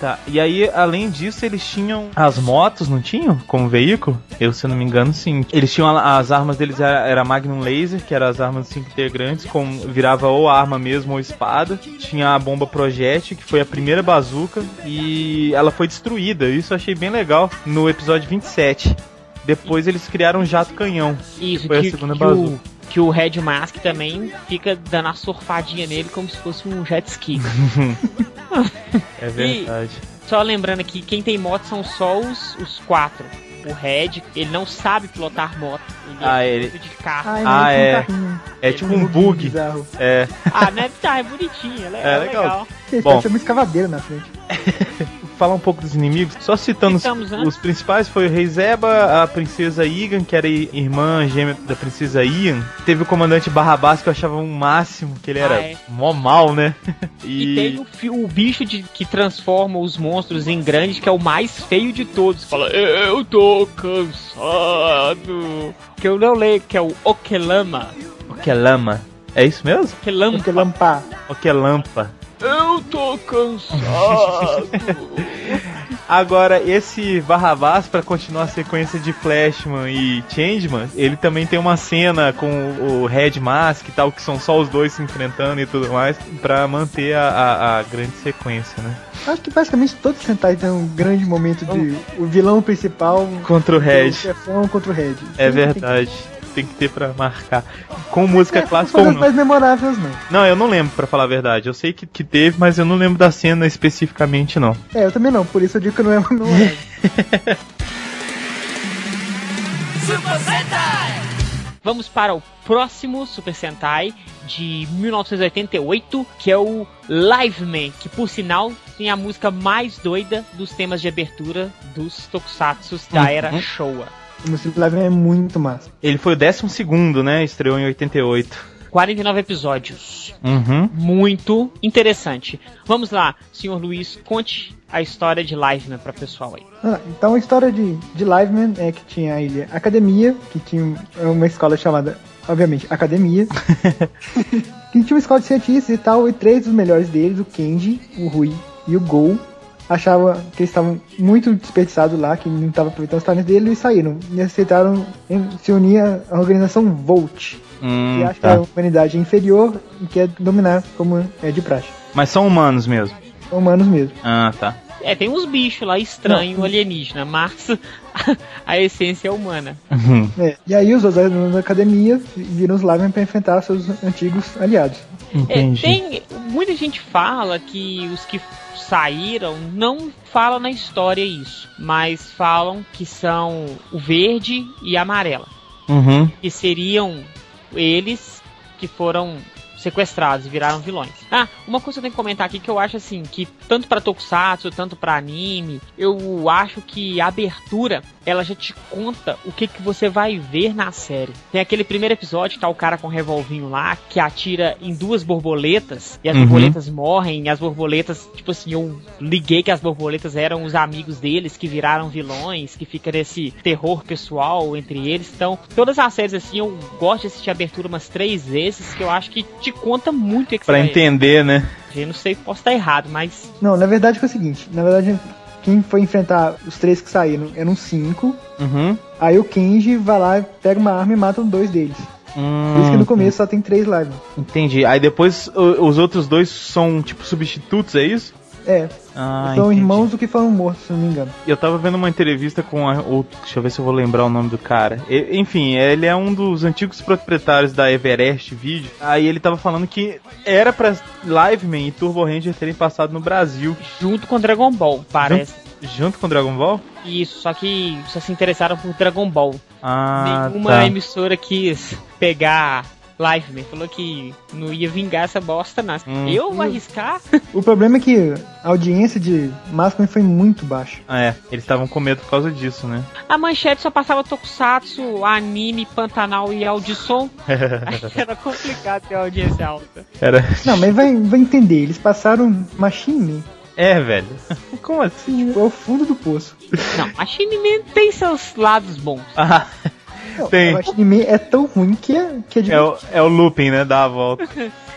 Tá, e aí, além disso, eles tinham as motos, não tinham? Como veículo? Eu, se eu não me engano, sim. Eles tinham a- as armas deles, era, era Magnum Laser, que era as armas dos cinco integrantes, com, virava ou arma mesmo ou espada. Tinha a bomba projétil, que foi a primeira bazuca, e ela foi destruída. Isso eu achei bem legal no episódio 27. Depois eles criaram um jato canhão.
Isso,
Foi a
que,
segunda
que o,
bazuca.
que o Red Mask também fica dando a surfadinha nele como se fosse um
(laughs)
jet ski.
É verdade.
Só lembrando aqui, quem tem moto são só os, os quatro. O Red, ele não sabe pilotar moto. Ele
Ah,
é
ele-
piloto de carro.
Ai,
Ah,
mas
é.
um carrinho.
É tipo um bug.
Bizarro.
É.
Ah, não é bizarro, é né? Ah, bonitinho, é,
(laughs)
le-
É
é
legal.
legal.
Ele
Bom.
parece uma escavadeira na frente.
falar um pouco dos inimigos, só citando os,
Citamos, né?
os principais, foi o Rei Zeba, a princesa Igan, que era i- irmã gêmea da princesa Ian. Teve o comandante Barrabás, que eu achava um máximo, que ele era
Ah, é.
mó mal, né?
E, tem o, fi- o bicho de- que transforma os monstros em grandes, que é o mais feio de todos. Fala, "É, eu tô cansado. Que eu não leio, que é o Okelama.
o que é lama. É isso mesmo?
Okelama.
Porque lampar.
O que é lampa?
Eu tô cansado.
Agora, esse Barrabás, pra continuar a sequência de Flashman e Changeman, ele também tem uma cena com o Red Mask e tal, que são só os dois se enfrentando e tudo mais, pra manter a, a- a grande sequência, né?
Acho que basicamente todos os Sentai têm um grande momento de o vilão principal
Contra o Red.
o chefão contra o Red.
É
Tem- tem-
verdade. Tem que ter pra marcar. Com música
É,
clássica
são
ou
as
não.
mais memoráveis, não.
Não, eu não lembro, pra falar a verdade. Eu sei que, que teve, mas eu não lembro da cena especificamente, não.
É, eu também não, por isso eu digo que não é memorável.
(laughs)
(laughs)
Vamos para o próximo Super Sentai de 1988, que é o Liveman, que por sinal tem a música mais doida dos temas de abertura dos Tokusatsu da era Showa.
o Muslim Live é muito massa.
Ele foi o décimo segundo, né? Estreou em 88.
49 episódios.
Uhum.
Muito interessante. Vamos lá, senhor Luiz, conte a história de Liveman para pessoal aí.
Ah, então a história de, de Liveman é que tinha a ilha Academia, que tinha um, é uma escola chamada, obviamente,
(laughs)
Academia. que tinha uma escola de cientistas e tal, e três dos melhores deles, o Kenji, o Rui e o Gol, achavam que eles estavam muito desperdiçados lá, que não estavam aproveitando os talentos dele e saíram. E aceitaram em- se unir à organização Volt, que
Hum,
acha que é
tá.
a humanidade inferior e quer dominar como é de praxe.
Mas são humanos mesmo.
São humanos mesmo.
Ah, tá.
É, tem uns bichos lá estranhos, alienígena, mas (laughs) a essência é humana.
Uhum.
É, E aí os outros alunos da academia viram os Livemen para enfrentar seus antigos aliados.
É,
Entendi.
tem muita gente fala que os que saíram não falam na história isso, mas falam que são o verde e a amarela,
Uhum.
que seriam eles que foram sequestrados e viraram vilões. Ah, uma coisa que eu tenho que comentar aqui que eu acho assim que tanto pra Tokusatsu, tanto pra anime, eu acho que a abertura ela já te conta o que que você vai ver na série. Tem aquele primeiro episódio que tá o cara com um revolvinho lá que atira em duas borboletas e as
Uhum.
borboletas morrem e as borboletas, tipo assim, eu liguei que as borboletas eram os amigos deles que viraram vilões, que fica nesse terror pessoal entre eles. Então, todas as séries assim, eu gosto de assistir a abertura umas três vezes que eu acho que te conta muito o que que
Pra
você vai
entender, né?
ver. Eu não sei, posso estar errado, mas
Não, na verdade foi o seguinte, na verdade quem foi enfrentar os três que saíram eram cinco,
Uhum.
aí o Kenji vai lá, pega uma arma e mata um dois deles. Por isso que
Hum,
no começo só tem três Livemen.
Entendi. Aí depois o- os outros dois são tipo substitutos, é isso?
É,
Ah,
são
entendi.
irmãos do que foram mortos, se não me engano.
Eu tava vendo uma entrevista com a, o- deixa eu ver se eu vou lembrar o nome do cara. E- enfim, ele é um dos antigos proprietários da Everest Video. Aí ele tava falando que era pra Liveman e Turbo Ranger terem passado no Brasil
junto com Dragon Ball, parece.
junto com Dragon Ball.
Isso, só que só se interessaram por Dragon Ball.
Ah,
Nenhuma
tá.
emissora quis pegar Liveman. Falou que não ia vingar essa bosta, não.
Hum.
Eu vou arriscar?
O problema é que a audiência de Maskman foi muito baixa.
Ah, É, eles estavam com medo por causa disso, né?
A manchete só passava Tokusatsu, anime, Pantanal e
(laughs)
Audisson. Aí era complicado ter audiência alta.
Era. (laughs)
Não, mas vai, vai entender, eles passaram Machine,
É, velho. (laughs) Como assim?
tipo, ao fundo do poço.
Não, a Shinime tem seus lados bons.
Ah,
Não,
Tem.
O anime é tão ruim que é, que é
é
divertido.
o, é o looping, né? Dá a volta.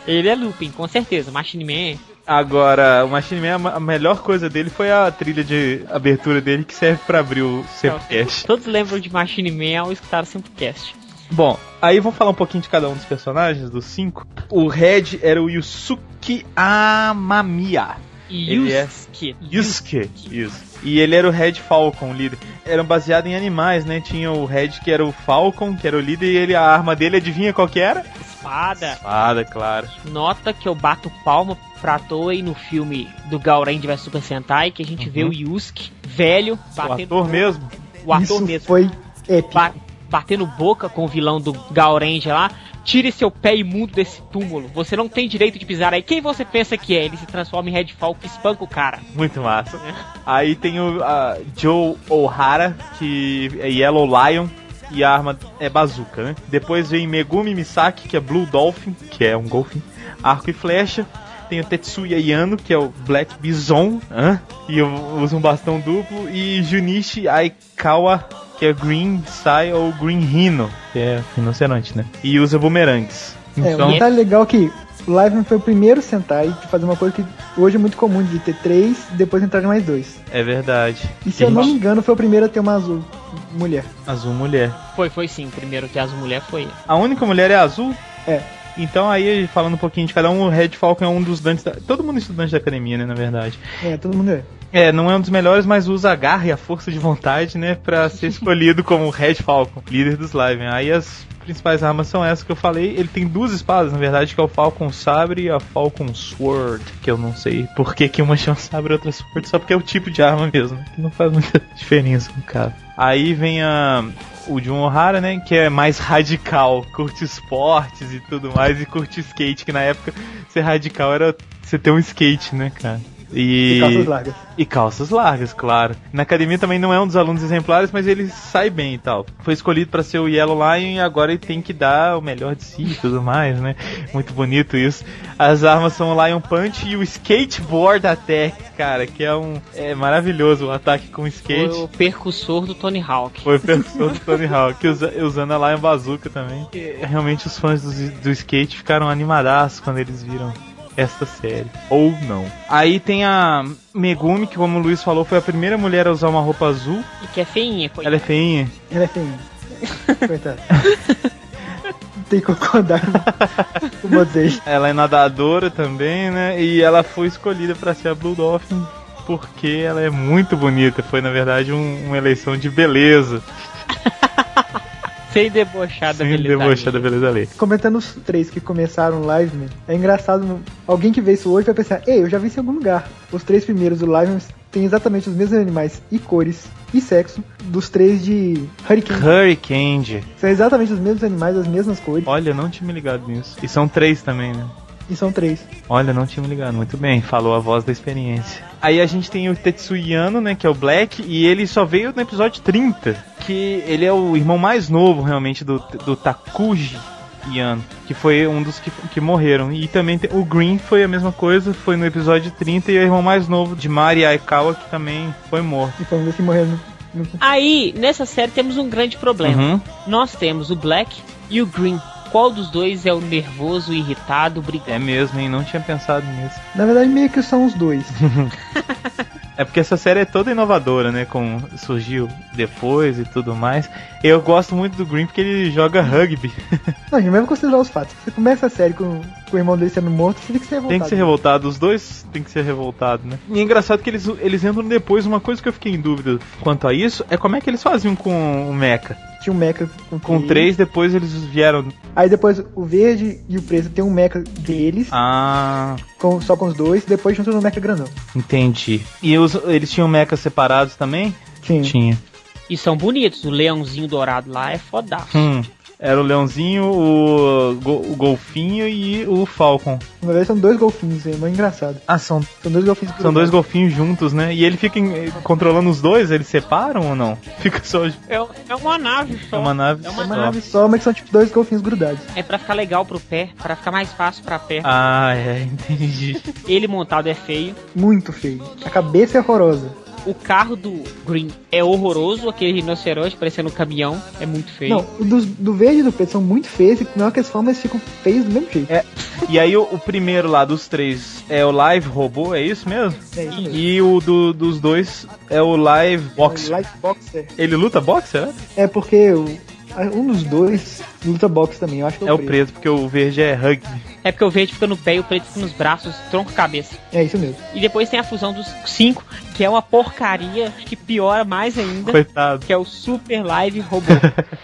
Ele é Lupin, com certeza. Machine Man.
Agora, o Machine Man, a melhor coisa dele foi a trilha de abertura dele que serve pra abrir o Sepcast.
Todos lembram de Machine Man ao escutar o Simplecast.
Bom, aí vamos falar um pouquinho de cada um dos personagens, dos cinco. O Red era o Yusuke Amamiya. Ele é-
Yusuke.
Yusuke. Isso. E ele era o Red Falcon, o líder. Eram baseados em animais, né? Tinha o Red que era o Falcon, que era o líder, e ele, a arma dele, adivinha qual que era?
Espada.
Espada, é claro.
Nota que eu bato palma pra Toei no filme do Gauren vs Super Sentai, que a gente vê o Yusuke, velho,
Uhum. O
batendo
ator mesmo.
o ator
Isso
mesmo
foi épico.
ba- batendo boca com o vilão do Gaurenja lá. Tire seu pé imundo desse túmulo. Você não tem direito de pisar aí. Quem você pensa que é? Ele se transforma em Redfall que espanca o cara.
Muito massa. Aí tem o a Joe O'Hara, que é Yellow Lion. E a arma é bazuca, né? Depois vem Megumi Misaki, que é Blue Dolphin, que é um golfinho. Arco e flecha. Tem o Tetsuya Yano, que é o Black Bison. hã? E eu uso um bastão duplo. E Junichi Aikawa, que é Green Sai ou Green Rhino, que é rinoceronte, né? E usa bumerangues. Então,
É, um detalhe legal é que o Liveman foi o primeiro Sentai de fazer uma coisa que hoje é muito comum, de ter três e depois entrarem mais dois.
É verdade.
E se eu não me engano, foi o primeiro a ter uma azul mulher.
Azul mulher.
Foi, foi sim. Primeiro que as mulheres foi ele.
A única mulher é azul?
É.
Então aí, falando um pouquinho de cada um, o Red Falcon é um dos estudantes da... Todo mundo é estudante da academia, né, na verdade.
É, todo mundo é.
É, não é um dos melhores, mas usa a garra e a força de vontade, né, pra ser escolhido como Red Falcon, líder dos Live. Aí as principais armas são essas que eu falei. Ele tem duas espadas, na verdade, que é o Falcon Sabre e a Falcon Sword, que eu não sei por que, que uma chama Sabre e outra Sword, só porque é o tipo de arma mesmo, que não faz muita (laughs) diferença no caso. Aí vem a o John O'Hara, né, que é mais radical, curte esportes e tudo mais, e curte skate, que na época ser radical era você ter um skate, né, cara? E,
E calças largas.
E calças largas, claro. Na academia também não é um dos alunos exemplares, mas ele sai bem e tal. Foi escolhido pra ser o Yellow Lion e agora ele tem que dar o melhor de si e tudo mais, né? Muito bonito isso. As armas são o Lion Punch e o Skateboard Attack, cara, que é um é maravilhoso o ataque com skate.
Foi o percussor do Tony Hawk.
Foi pessoa do Tony Hawk, usa- usando a Lion é Bazooka também. E Realmente os fãs do, do skate ficaram animadaços quando eles viram esta série. Ou não. Aí tem a Megumi, que como o Luiz falou, foi a primeira mulher a usar uma roupa azul.
E que é feinha. Foi.
Ela é feinha.
Ela é feinha. Coitada. Tem que concordar com vocês.
Ela é nadadora também, né? E ela foi escolhida pra ser a Blue Dolphin porque ela é muito bonita. Foi, na verdade, um- uma eleição de beleza.
Sem debochada,
Sem
beleza.
debochar da beleza ali.
Comentando os três que começaram o live, man, é engraçado. Alguém que vê isso hoje vai pensar, ei, eu já vi isso em algum lugar. Os três primeiros do live man, têm exatamente os mesmos animais e cores e sexo dos três de Hurricane.
Hurricane.
São exatamente os mesmos animais, as mesmas cores.
Olha, não tinha me ligado nisso. E são três também, né?
E são três.
Olha, não tinha me ligado. Muito bem, falou a voz da experiência. Aí a gente tem o Tetsuyano, né, que é o Black, e ele só veio no episódio 30, que ele é o irmão mais novo, realmente, do, do Takuji Yano, que foi um dos que, que morreram. E também tem- o Green foi a mesma coisa, foi no episódio 30, e é o irmão mais novo de Mari Aikawa, que também foi morto.
E assim, foram os que morreram. no- no-
Aí, nessa série, temos um grande problema.
Uhum.
Nós temos o Black e o Green. Qual dos dois é o nervoso, irritado, brigando?
É mesmo, hein? Não tinha pensado nisso.
Na verdade, meio que são os dois.
É porque essa série é toda inovadora, né? Como surgiu depois e tudo mais. Eu gosto muito do Green porque ele joga rugby.
Não, a gente vai considerar os fatos. Você começa a série com, com o irmão dele sendo morto, você tem que ser revoltado.
Tem que ser revoltado, os dois tem que ser revoltado, né? E é engraçado que eles, eles entram depois, uma coisa que eu fiquei em dúvida quanto a isso é como é que eles faziam com o Mecha.
Tinha um mecha com,
Com três, depois eles vieram.
Aí depois o verde e o preto tem um mecha deles,
Ah,
com- só com os dois, depois junto no mecha grandão.
entendi. E os- eles tinham Mechas separados também?
Sim.
Tinha.
E são bonitos. O leãozinho dourado lá é fodaço.
Hum. Era o Leãozinho, o, go- o Golfinho e o Falcon.
Na verdade são dois golfinhos, é mais engraçado.
Ah, são,
São dois golfinhos.
são dois golfinhos juntos, né? E ele fica em- controlando os dois? Eles separam ou não? Fica só.
É, é uma nave
É
só.
uma nave.
É uma
só.
Uma nave só, mas são tipo dois golfinhos grudados.
É pra ficar legal pro pé, pra ficar mais fácil pra pé.
Ah, é, (laughs) entendi.
Ele montado é feio.
Muito feio. A cabeça é horrorosa.
O carro do Green é horroroso, aquele rinoceronte parecendo um caminhão. É muito feio.
Não, o dos- do verde e do preto são muito feios, e não é que eles falam, mas ficam feios do mesmo jeito.
E aí o, o primeiro lá dos três é o Live Robô, é isso mesmo?
É isso mesmo.
E o do- dos dois é o Live Boxer.
Light Boxer.
Ele luta boxer, né?
É porque o- um dos dois luta boxe também, eu acho que é o
É o
preto.
preto, porque o verde é rugby.
é porque o verde fica no pé e o preto fica nos braços, tronco e cabeça.
É isso mesmo.
E depois tem a fusão dos cinco, que é uma porcaria que piora mais ainda,
Coitado.
que é o Super Live Robô.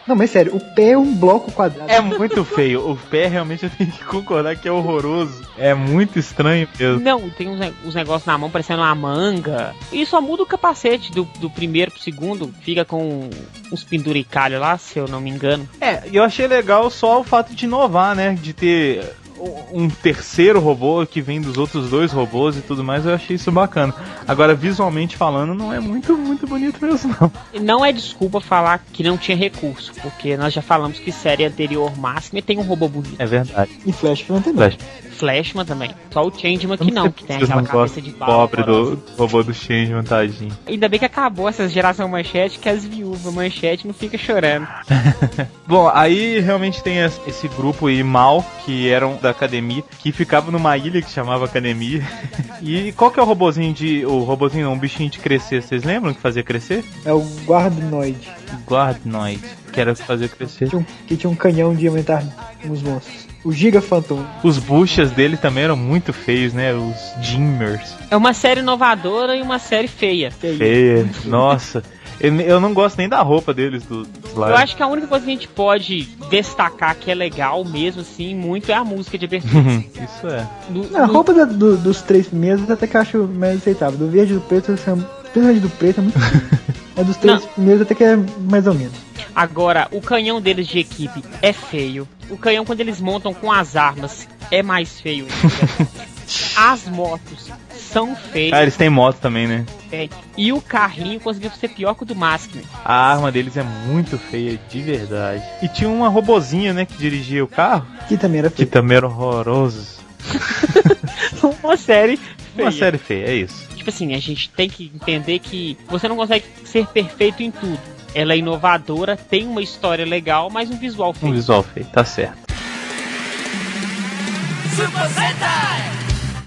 Não, mas sério, o pé é um bloco quadrado.
É muito feio. O pé realmente eu tenho que concordar que é horroroso. É muito estranho mesmo.
Não, tem uns, ne- uns negócios na mão parecendo uma manga. E só muda o capacete do, do primeiro pro segundo. Fica com uns penduricalhos lá, se eu não me engano.
É, eu achei legal só o fato de inovar, né? De ter um- um terceiro robô que vem dos outros dois robôs e tudo mais, eu achei isso bacana. Agora, visualmente falando, não é muito, muito bonito mesmo, não.
E não é desculpa falar que não tinha recurso, porque nós já falamos que série anterior máxima tem um robô bonito.
É verdade.
E Flashman também.
Flash.
Flashman também. Só o Changeman que não, que tem aquela cabeça de bala.
Pobre
horrorosa.
do robô do Change, vantagem.
Ainda bem que acabou essa geração manchete, que as viúvas manchete não fica chorando.
Bom, aí realmente tem es- esse grupo aí mal, que eram da academia, que ficava numa ilha que chamava academia. (laughs) E qual que é o robozinho de. O robozinho não, o bichinho de crescer, vocês lembram que fazia crescer?
É o Guardnoid,
Guardnoid, que era o que fazia crescer.
que tinha um, que tinha um canhão de aumentar nos monstros. O Giga Phantom.
Os buchas dele também eram muito feios, né? Os Jimmers.
É uma série inovadora e uma série feia.
Que é isso?
Feios. Nossa. Eu, eu não gosto nem da roupa deles do dos lá.
Eu acho que a única coisa que a gente pode destacar que é legal mesmo, assim, muito é a música de abertura.
Isso é.
No-
Não, a
no-
roupa da- do- dos três primeiros até que eu acho mais aceitável. Do verde e do preto, assim, principalmente do preto,
(laughs)
é muito. a dos três primeiros até que é mais ou menos.
Agora, o canhão deles de equipe é feio. O canhão, quando eles montam com as armas, é mais feio. ainda. as motos são
Ah,
feias.
eles têm moto também, né?
é. E o carrinho conseguiu ser pior que o do né? Maskman.
A arma deles é muito feia, de verdade. E tinha uma robozinha, né, que dirigia o carro.
Que também era
Que
feio.
também eram horrorosos.
(laughs) uma série feia.
Uma série feia, é isso.
Tipo assim, a gente tem que entender que você não consegue ser perfeito em tudo. Ela é inovadora, tem uma história legal, mas um visual
Um
feio.
visual feio, tá certo.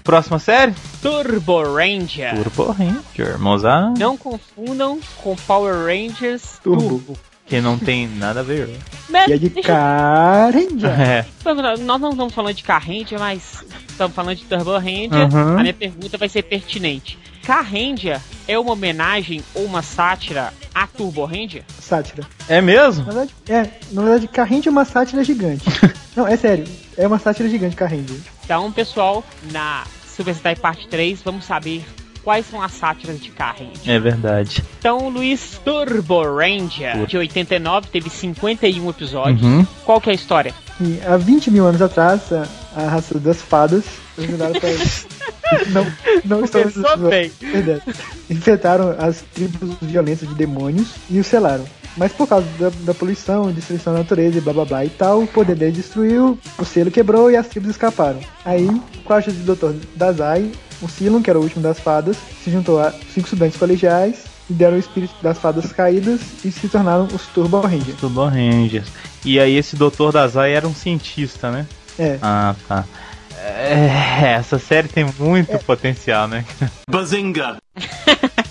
Próxima série?
Turbo Ranger.
Turbo Ranger, mozar.
Não confundam com Power Rangers
Turbo.
Turbo.
Que não tem nada a ver.
Mas
E é de
deixa eu-
Carendia.
É.
Nós não estamos falando de Car Ranger, mas estamos falando de Turbo Ranger.
Uhum.
A minha pergunta vai ser pertinente. Car Ranger é uma homenagem ou uma sátira a Turbo Ranger?
Sátira.
É
Na
mesmo?
verdade, é, na verdade, Carrendia é uma sátira gigante. Não, é sério. É uma sátira gigante, Carrendia.
Então, pessoal, na Super Sentai Parte 3, vamos saber quais são as sátiras de Car Ranger.
É verdade.
Então, Luiz Turbo Ranger, de 89, teve 51 episódios.
Uhum.
Qual que é a história?
E há 20 mil anos atrás, a, a raça das fadas ajudaram pra
(laughs)
Não, não estão
Começou bem.
Verdade. Enfrentaram as tribos violentas de demônios e os selaram. Mas por causa da, da poluição, destruição da natureza e blá blá blá e tal, o poder deles destruiu, o selo quebrou e as tribos escaparam. Aí, com a ajuda do Dr. Dazai, o Silon, que era o último das fadas, se juntou a cinco estudantes colegiais e deram o espírito das fadas caídas e se tornaram os Turbo Rangers.
Turbo Rangers. E aí esse Dr. Dazai era um cientista, né?
É.
Ah, tá. É, essa série tem muito potencial, né?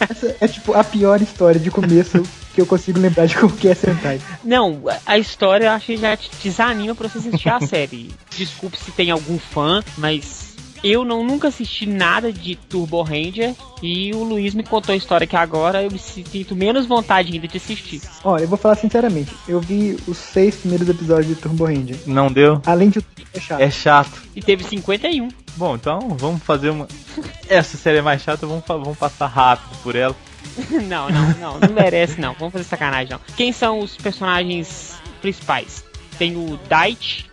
Essa é tipo a pior história de começo que eu consigo lembrar de qualquer Sentai.
Não, a história eu acho que já te desanima pra você assistir a (laughs) série. Desculpe se tem algum fã, mas eu não nunca assisti nada de Turbo Ranger e o Luiz me contou a história que agora eu me sinto menos vontade ainda de assistir.
Olha, eu vou falar sinceramente, eu vi os seis primeiros episódios de Turbo Ranger.
Não deu?
Além de tudo, é chato.
É chato.
E um. teve 51.
Bom, então vamos fazer uma. (laughs) Essa série é mais chata, vamos, fa- vamos passar rápido por ela.
(laughs) não, não, não, não merece não. Vamos fazer sacanagem não. Quem são os personagens principais? Tem o Dight,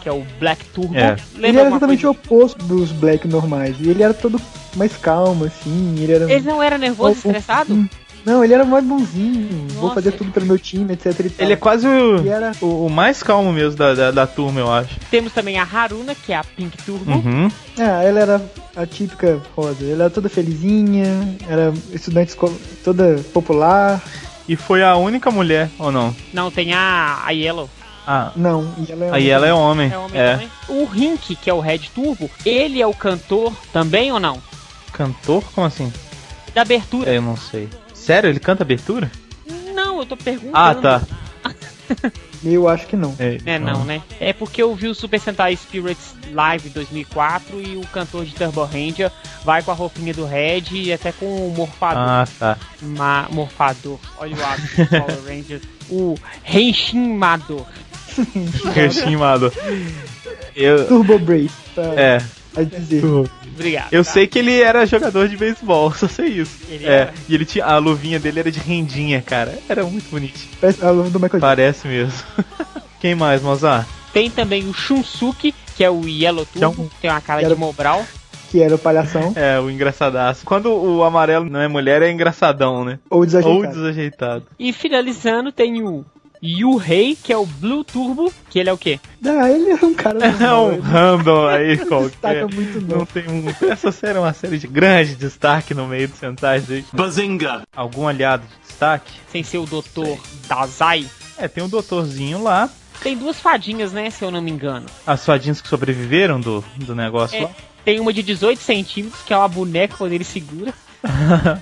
que é o Black Turbo.
É.
ele era
alguma
exatamente
coisa?
o oposto dos Black normais. E ele era todo mais calmo, assim. Ele era.
Ele não era nervoso, estressado?
Não, ele era mais bonzinho. Vou
Nossa.
fazer tudo pelo meu time, etc. e tal.
Ele é quase
E
o,
era.
o, o mais calmo mesmo da, da, da turma, eu acho.
Temos também a Haruna, que é a Pink Turbo.
Uhum.
Ah, ela era a típica rosa. Ela era toda felizinha, era estudante esco- toda popular.
E foi a única mulher, ou não?
Não, tem a, a Yellow.
Ah,
Não, e ela é.
aí ela é homem.
É homem também. O Rink, que é o Red Turbo, ele é o cantor também ou não?
É. Cantor? Como assim?
Da abertura.
É, eu não sei. Sério, ele canta abertura?
Não, eu tô perguntando.
Ah, tá.
Eu acho que não.
É,
É não, né? É porque eu vi o Super Sentai Spirits Live 2004 e o cantor de Turbo Ranger vai com a roupinha do Red e até com o morfador.
Ah, (laughs) tá.
Ma- morfador. Olha o ato do
(laughs)
Power Ranger. O Renshimador.
Renshimador. Eu.
Turbo Brace, pra
É.
pra dizer.
Obrigado.
Eu
tá?
sei que ele era jogador de beisebol, (laughs) só sei isso.
Ele
é.
era.
E ele tinha. A luvinha dele era de rendinha, cara. Era muito bonitinho.
Parece a luva do Michael Jackson.
Parece mesmo. (laughs) Quem mais, Mozart?
Tem também o Shunsuke, que é o Yellow
é
Turbo.
um-
Tem uma cara
Yellow-
de Mobral.
que era o palhação
É, o engraçadaço. Quando o amarelo não é mulher, é engraçadão, né?
ou
Ou
desajeitado.
desajeitado.
E finalizando tem o Yuhei, que é o Blue Turbo, que ele é o quê?
Ah, ele é um cara
(laughs) É
normal,
um
ele
random aí
não (laughs) destaca
qualquer.
muito
Não
não.
tem muito. Essa série é uma série de grande destaque no meio do Sentai. gente.
Bazinga!
Algum aliado de destaque?
Sem ser o Dr. Dazai.
É, tem um doutorzinho lá.
Tem duas fadinhas, né, se eu não me engano.
As fadinhas que sobreviveram do, do negócio
É. Tem uma de 18 centímetros, que é uma boneca quando ele segura.
lá.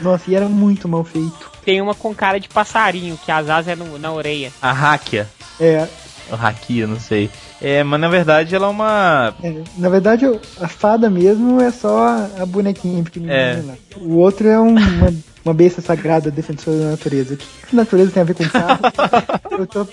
Nossa, e era muito mal feito.
Tem uma com cara de passarinho, que as asas é no- na orelha.
A Hakia.
É,
O Hakia, não sei. É, mas na verdade ela é uma.
é, na verdade, eu- a fada mesmo é só a- a bonequinha pequenininha
É.
lá. O outro é um- uma, uma besta sagrada defensora da natureza. O que que natureza tem a ver com carro?
(laughs)
eu tô...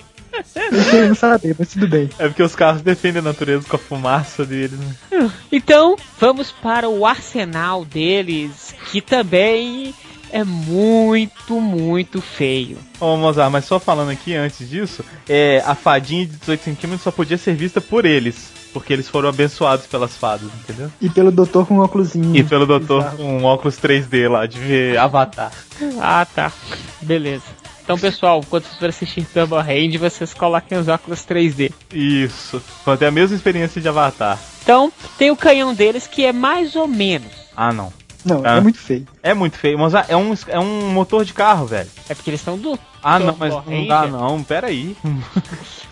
Eu querendo saber, mas tudo bem.
É porque os carros defendem a natureza com a fumaça deles, né?
Então, vamos para o arsenal deles, que também é muito, muito feio.
Ô Mozart, mas só falando aqui antes disso, é, a fadinha de 18 centímetros só podia ser vista por eles. Porque eles foram abençoados pelas fadas, entendeu?
E pelo doutor com um óculosinho.
E pelo doutor
Exato.
com um óculos 3D lá, de ver Avatar.
Ah, tá. Beleza. Então, pessoal, quando vocês forem assistir Turbo Hand, vocês coloquem os óculos 3D.
Isso. Vão ter a mesma experiência de Avatar.
Então, tem o canhão deles, que é mais ou menos.
Ah, não.
Não,
Tá.
é muito feio.
É muito feio. Mozart, é um, é um motor de carro, velho.
É porque eles estão do...
Ah,
Turbo
não, mas não dá
Ranger.
não. Pera aí.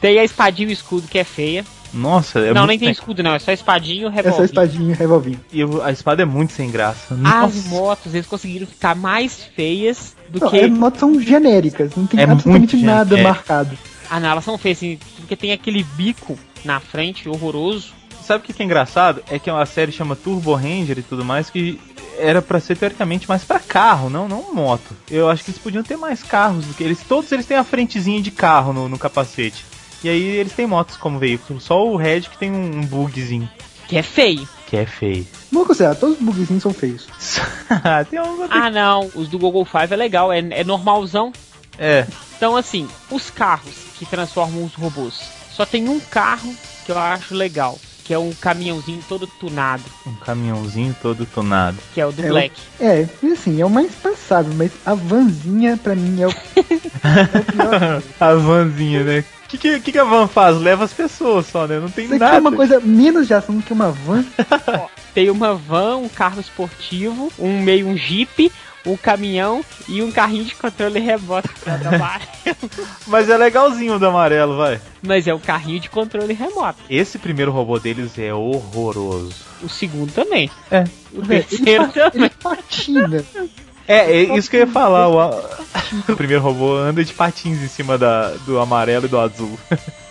Tem a espadinha e o escudo, que é feia.
Nossa, é
não,
muito
nem tem
sem-
escudo, não. É só espadinho e
É só
revólver.
espadinho e revolvinho.
E o- a espada é muito sem graça.
As
Nossa.
motos, eles conseguiram ficar mais feias do
Não, é
que.
As motos são genéricas, não tem
É
absolutamente
muito
nada
genérico.
marcado.
Ah, não, elas são feias, assim, porque tem aquele bico na frente, horroroso.
Sabe o que que é engraçado? É que a série chama Turbo Ranger e tudo mais, que era pra ser teoricamente mais pra carro, não, não moto. Eu acho que eles podiam ter mais carros do que eles. Todos eles têm a frentezinha de carro no, no capacete. E aí eles têm motos como veículo. Só o Red que tem um, um bugzinho.
Que é feio.
Que é feio. (laughs)
Vamos considerar, todos os bugzinhos são feios.
tem um...
Ah, não. Os do Google Five é legal, é, é normalzão.
É.
Então, assim, os carros que transformam os robôs. Só tem um carro que eu acho legal, que é um caminhãozinho todo tunado,
Um caminhãozinho todo tunado.
que é o do
É o-
Black.
É, assim, é o mais passável, mas a vanzinha pra mim é o. (laughs)
a vanzinha, né? O que, que, que a van faz? Leva as pessoas só, né? Não tem
Isso aqui
nada.
é uma coisa menos de ação do que uma van.
Tem uma van, um carro esportivo, um meio um jeep, um caminhão e um carrinho de controle remoto pra trabalho.
Mas é legalzinho o do amarelo, vai.
Mas é um carrinho de controle remoto.
Esse primeiro robô deles é horroroso.
O segundo também.
É.
O terceiro também.
Ele é patina.
É, é isso que eu ia falar. O, a- (laughs) o primeiro robô anda de patins em cima da, do amarelo e do azul.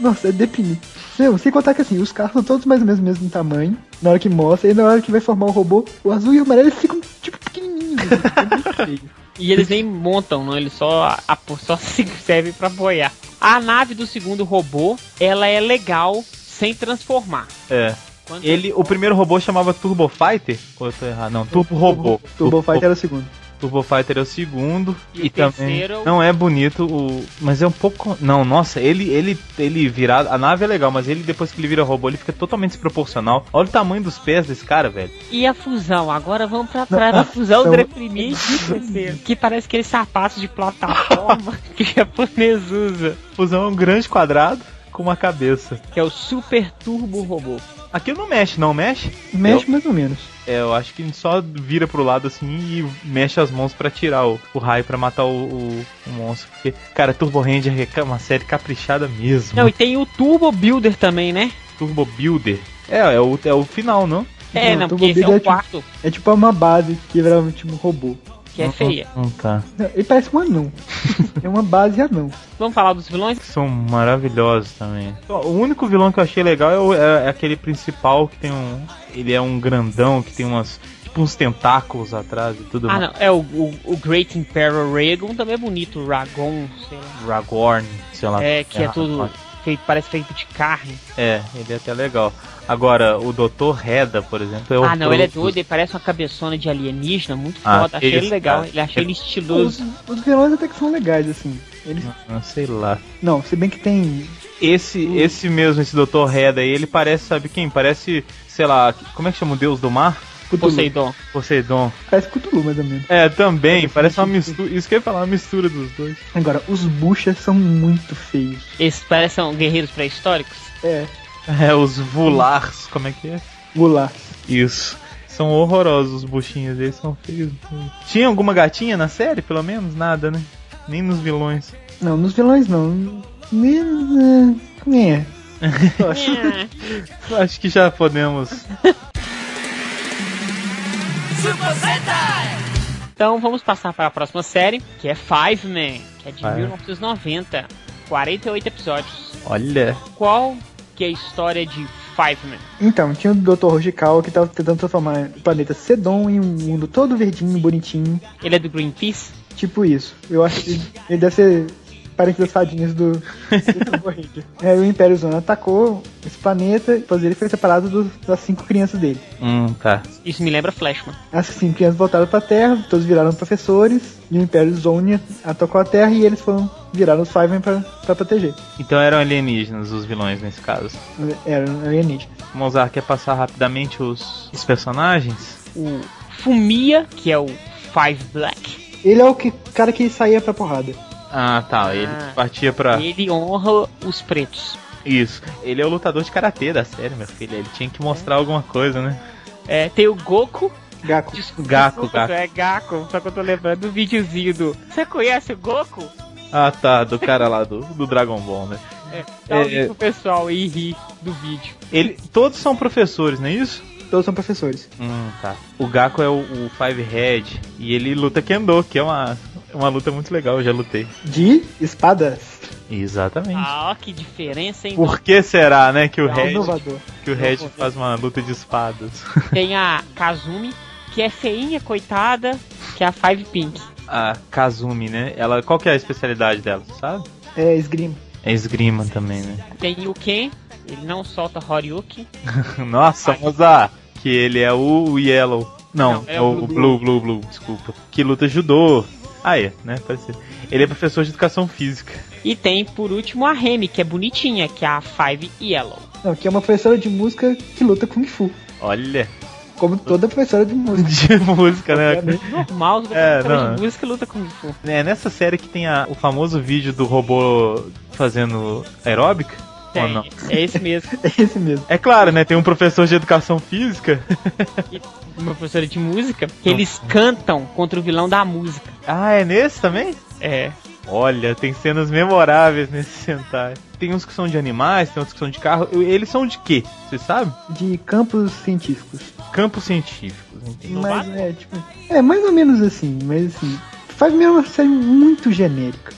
Nossa, é deprimido. Meu, sem contar que assim, os carros são todos mais ou menos do mesmo tamanho. Na hora que mostra, e na hora que vai formar o robô, o azul e o amarelo ficam tipo pequenininhos. É
(laughs)
muito feio.
E eles nem montam, não. Eles só, apo- só (laughs) se servem pra boiar. A nave do segundo robô, ela é legal sem transformar.
É.
Quando-
Ele, o primeiro robô chamava Turbo Fighter? Ou eu tô errado? Não, Turbo Robô.
Turbo Fighter era o segundo.
Turbo Fighter é o segundo.
E o
E, também.
terceiro é o-
Não é bonito o. Mas é um pouco. Não, nossa, ele, ele, ele virado. A nave é legal, mas ele depois que ele vira robô, ele fica totalmente desproporcional. Olha o tamanho dos pés desse cara, velho.
E a fusão? Agora vamos pra trás da fusão
Não.
deprimir de terceiro. Que parece aquele sapato de plataforma (laughs) que o japonês usa.
Fusão é um grande quadrado com uma cabeça.
Que é o Super Turbo Robô.
Aquilo não mexe, não mexe?
Mexe mais ou menos.
É, eu acho que ele só vira pro lado assim e mexe as mãos pra tirar o, o raio pra matar o, o- o monstro. Porque, cara, Turbo Ranger é uma série caprichada mesmo.
Não, e tem o Turbo Builder também, né?
Turbo Builder. É, é o, é o final, não?
É,
Não,
não,
Turbo
porque esse é
Builder é
o
tipo-
quarto.
É tipo uma base que virava tipo um robô.
que é feia.
Não tá.
Ele parece um anão. (laughs) é uma base anão.
Vamos falar dos vilões?
São maravilhosos também. O único vilão que eu achei legal é, o- é- é aquele principal que tem um. Ele é um grandão que tem umas. Tipo uns tentáculos atrás e tudo
Ah,
mais.
não. É o, o, o Great Emperor Ragon também é bonito. o Ragon, sei lá.
Ragorn, sei lá.
É, que é tudo
rapaz.
feito, parece feito de carne.
É, ele é até legal. Agora, o Dr. Reda, por exemplo, é o.
ah, não, ele é
Brutus.
doido, ele parece uma cabeçona de alienígena, muito
Ah,
foda. Achei
esse
ele legal,
cara.
ele achei ele
Os,
estiloso.
os vilões até que são legais, assim. Eles.
Ah, Sei lá.
Não, se bem que tem.
Esse, esse mesmo, esse Dr. Reda aí, ele parece, sabe quem? Parece, sei lá, como é que chama o deus do mar?
Cthulhu.
Poseidon.
Poseidon.
Parece Cthulhu, mais ou menos.
É, também, parece uma mistura. Isso que eu ia falar, uma mistura dos dois.
Agora, os buchas são muito feios.
Esses parecem guerreiros pré-históricos.
É,
É, os Vulars, como é que é?
gular.
Isso. São horrorosos os buchinhos, eles são feios. Tinha alguma gatinha na série, pelo menos? Nada, né? Nem nos vilões. (laughs)
Não, nos vilões não. Nem. é, Nem é. Eu acho.
(laughs)
Acho que já podemos.
Então vamos passar para a próxima série, que é Five Man, que é de
Ah, é.
1990, 48 episódios.
Olha.
Qual que é a história de Five Man?
Então, tinha o Dr. Rojikawa que tava tentando transformar o planeta Sedon em um mundo todo verdinho, bonitinho.
Ele é do Greenpeace?
Tipo isso. Eu acho que ele deve ser parente das fadinhas do, do Corrente. Aí o Império Zona atacou esse planeta, depois ele foi separado dos- das cinco crianças dele.
Hum, tá.
Isso me lembra Flashman.
As cinco crianças Assim voltaram pra Terra, todos viraram professores, e o Império Zone atacou a Terra e eles foram viraram os Fivemen pra, pra proteger.
Então eram alienígenas os vilões nesse caso.
Eram alienígenas.
Mozart quer passar rapidamente os, os personagens?
O Fumia, que é o Five Black,
Ele é o que, cara que saía pra porrada.
Ah, tá. Ele
Ah.
partia pra.
ele honra os pretos.
Isso. Ele é o lutador de karatê da série, meu filho. Ele tinha que mostrar alguma coisa, né?
É, tem o Goku,
Gaku.
Desculpa,
Gaku,
desculpa,
Gaku.
É Gaku, só que eu tô lembrando do videozinho do. Você conhece o Goku?
Ah, tá. Do cara lá do, do Dragon Ball, né?
É, dá um
É,
link pro pessoal e ri do vídeo.
Ele, todos são professores, não é isso?
Todos são professores.
Hum, tá. O Gaku é o, o Five Head e ele luta Kendo, que é uma, uma luta muito legal, eu já lutei.
De espadas.
Exatamente.
Ah, então- um ó, que diferença, hein?
Por que será, né, que o
É
Head,
inovador.
que o Head faz uma luta de espadas?
Então, Tem a Kazumi, que é feinha, coitada, que é a Five Pink.
A Kazumi, né? Ela, qual que é a especialidade dela, você sabe?
É esgrima.
É esgrima também, né?
Tem o Ken, ele não solta Horyuki.
(laughs) Nossa, Mozart! Que ele é o Yellow. Não,
Não,
é o, Blue, Blue, Blue, desculpa. Que luta judô. Ah, é, né? Parecido. Ele é professor de educação física.
E tem, por último, a Remy, que é bonitinha, que é a Five Yellow.
Não, que é uma professora de música que luta Kung Fu.
Olha, (laughs)
Como toda professora de música. (laughs)
de música, né?
Obviamente.
Normal, os
É,
lutadores
não.
de música luta com Fu.
É nessa série que tem a- o famoso vídeo do robô fazendo aeróbica? Ou
Tem,
Oh, não?
é esse mesmo.
É esse mesmo.
É claro, né? Tem um professor de educação física. (laughs)
Uma professora de música, que eles cantam contra o vilão da música.
Ah, é nesse também?
É,
Olha, tem cenas memoráveis nesse (laughs) Sentai. Tem uns que são de animais, tem uns que são de carro. Eu- Eles são de quê? Você sabe?
De campos científicos.
Campos científicos. entendi.
Mas é, tipo. É mais ou menos assim, mas assim. Faz mesmo uma série
(laughs)
muito genérica.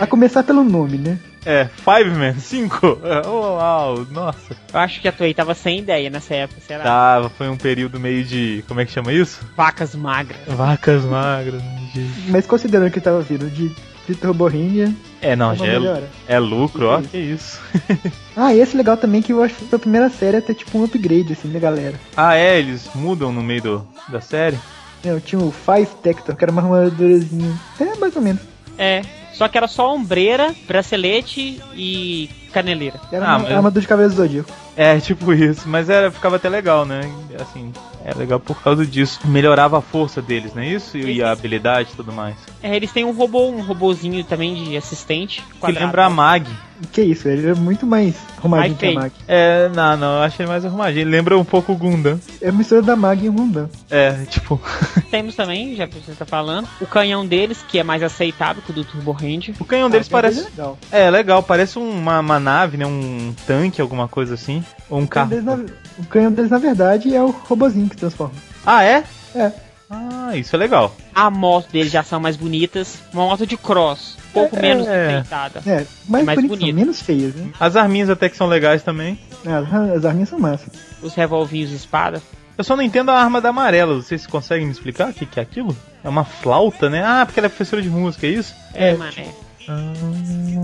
A começar pelo nome, né?
É, Five (laughs) Man, 5. Uau, nossa.
Eu acho que a Toei tava sem ideia nessa época. Será?
Tava, foi um período meio de. Como é que chama isso?
Vacas magras.
Vacas magras. né, gente.
Mas considerando que tava vindo de Vitor Borrinha,
É, não,
uma
já é,
melhora.
é lucro, ó. Que isso. (laughs)
Ah, e esse legal também que eu acho que foi a primeira série até tipo um upgrade, assim, da galera.
Ah, é, eles mudam no meio do, da série?
É, Eu tinha o Five Tector, que era uma armadurazinha. É, mais ou menos.
É. Só que era só ombreira, bracelete e caneleira.
Era
Ah,
uma
mas-
armadura de cabelo zodíaco.
É, tipo isso, mas era, ficava até legal, né? Assim, é legal por causa disso. Melhorava a força deles, não é isso? E, e a habilidade e tudo mais.
É, eles têm um robô, um robôzinho também de assistente.
Que
quadrado.
lembra a Mag.
Que isso, ele era muito mais arrumadinho
Ai,
que a
feio.
Mag.
É, não, não, eu achei mais arrumadinho. Ele Lembra um pouco o Gundam.
É a mistura da Mag e o Rundan.
É, tipo, (laughs)
Temos também, já que você tá falando, o canhão deles, que é mais aceitável que o do Turbo Ranger.
o canhão Um deles parece.
Ah, Legal.
É, legal, parece uma, uma nave, né? Um tanque, alguma coisa assim. Ou um
O
carro.
canhão, deles, na, o canhão deles, na verdade, é o robozinho que transforma.
Ah, é?
É.
Ah, isso é legal.
A moto dele já são mais bonitas. Uma moto de cross, pouco
É.
menos enfeitada.
É, mais,
Mais
bonitas,
bonito.
menos feias, né?
As arminhas até que são legais também.
É, As, as arminhas são massas.
Os revolvinhos de espada.
Eu só não entendo a arma da amarela. Vocês conseguem me explicar o que, que é aquilo? É uma flauta, né? Ah, porque ela é professora de música, é isso?
É,
É,
mano. É.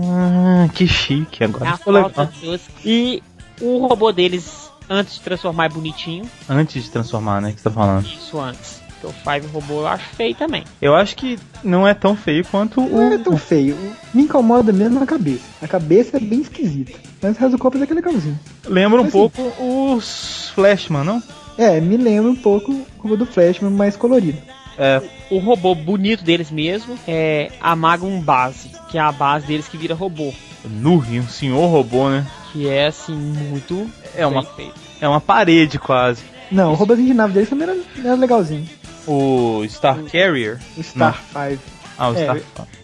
Ah, que chique. Agora
É a
ficou
falta
legal.
doce. E o robô deles, antes de transformar, é bonitinho.
Antes de transformar, né? Que você tá falando.
Isso antes. Porque o Five robô eu acho feio também.
Eu acho que não é tão feio quanto
Não
o.
é tão feio. Me incomoda mesmo na cabeça. A cabeça é bem esquisita. Mas o resto do corpo é daquele legalzinho.
Lembra um
Assim.
pouco os Flashman, não?
É, me lembra um pouco como do Flashman mais colorido.
É,
O robô bonito deles mesmo é a Magnum Base, que é a base deles que vira robô.
Nurri, um senhor robô, né?
Que é assim, muito.
É uma,
bem feito.
é uma parede quase.
Não, o robozinho de nave dele também era, era legalzinho.
O Star Carrier.
O Star 5.
Ah, o
É,
Star.
eu-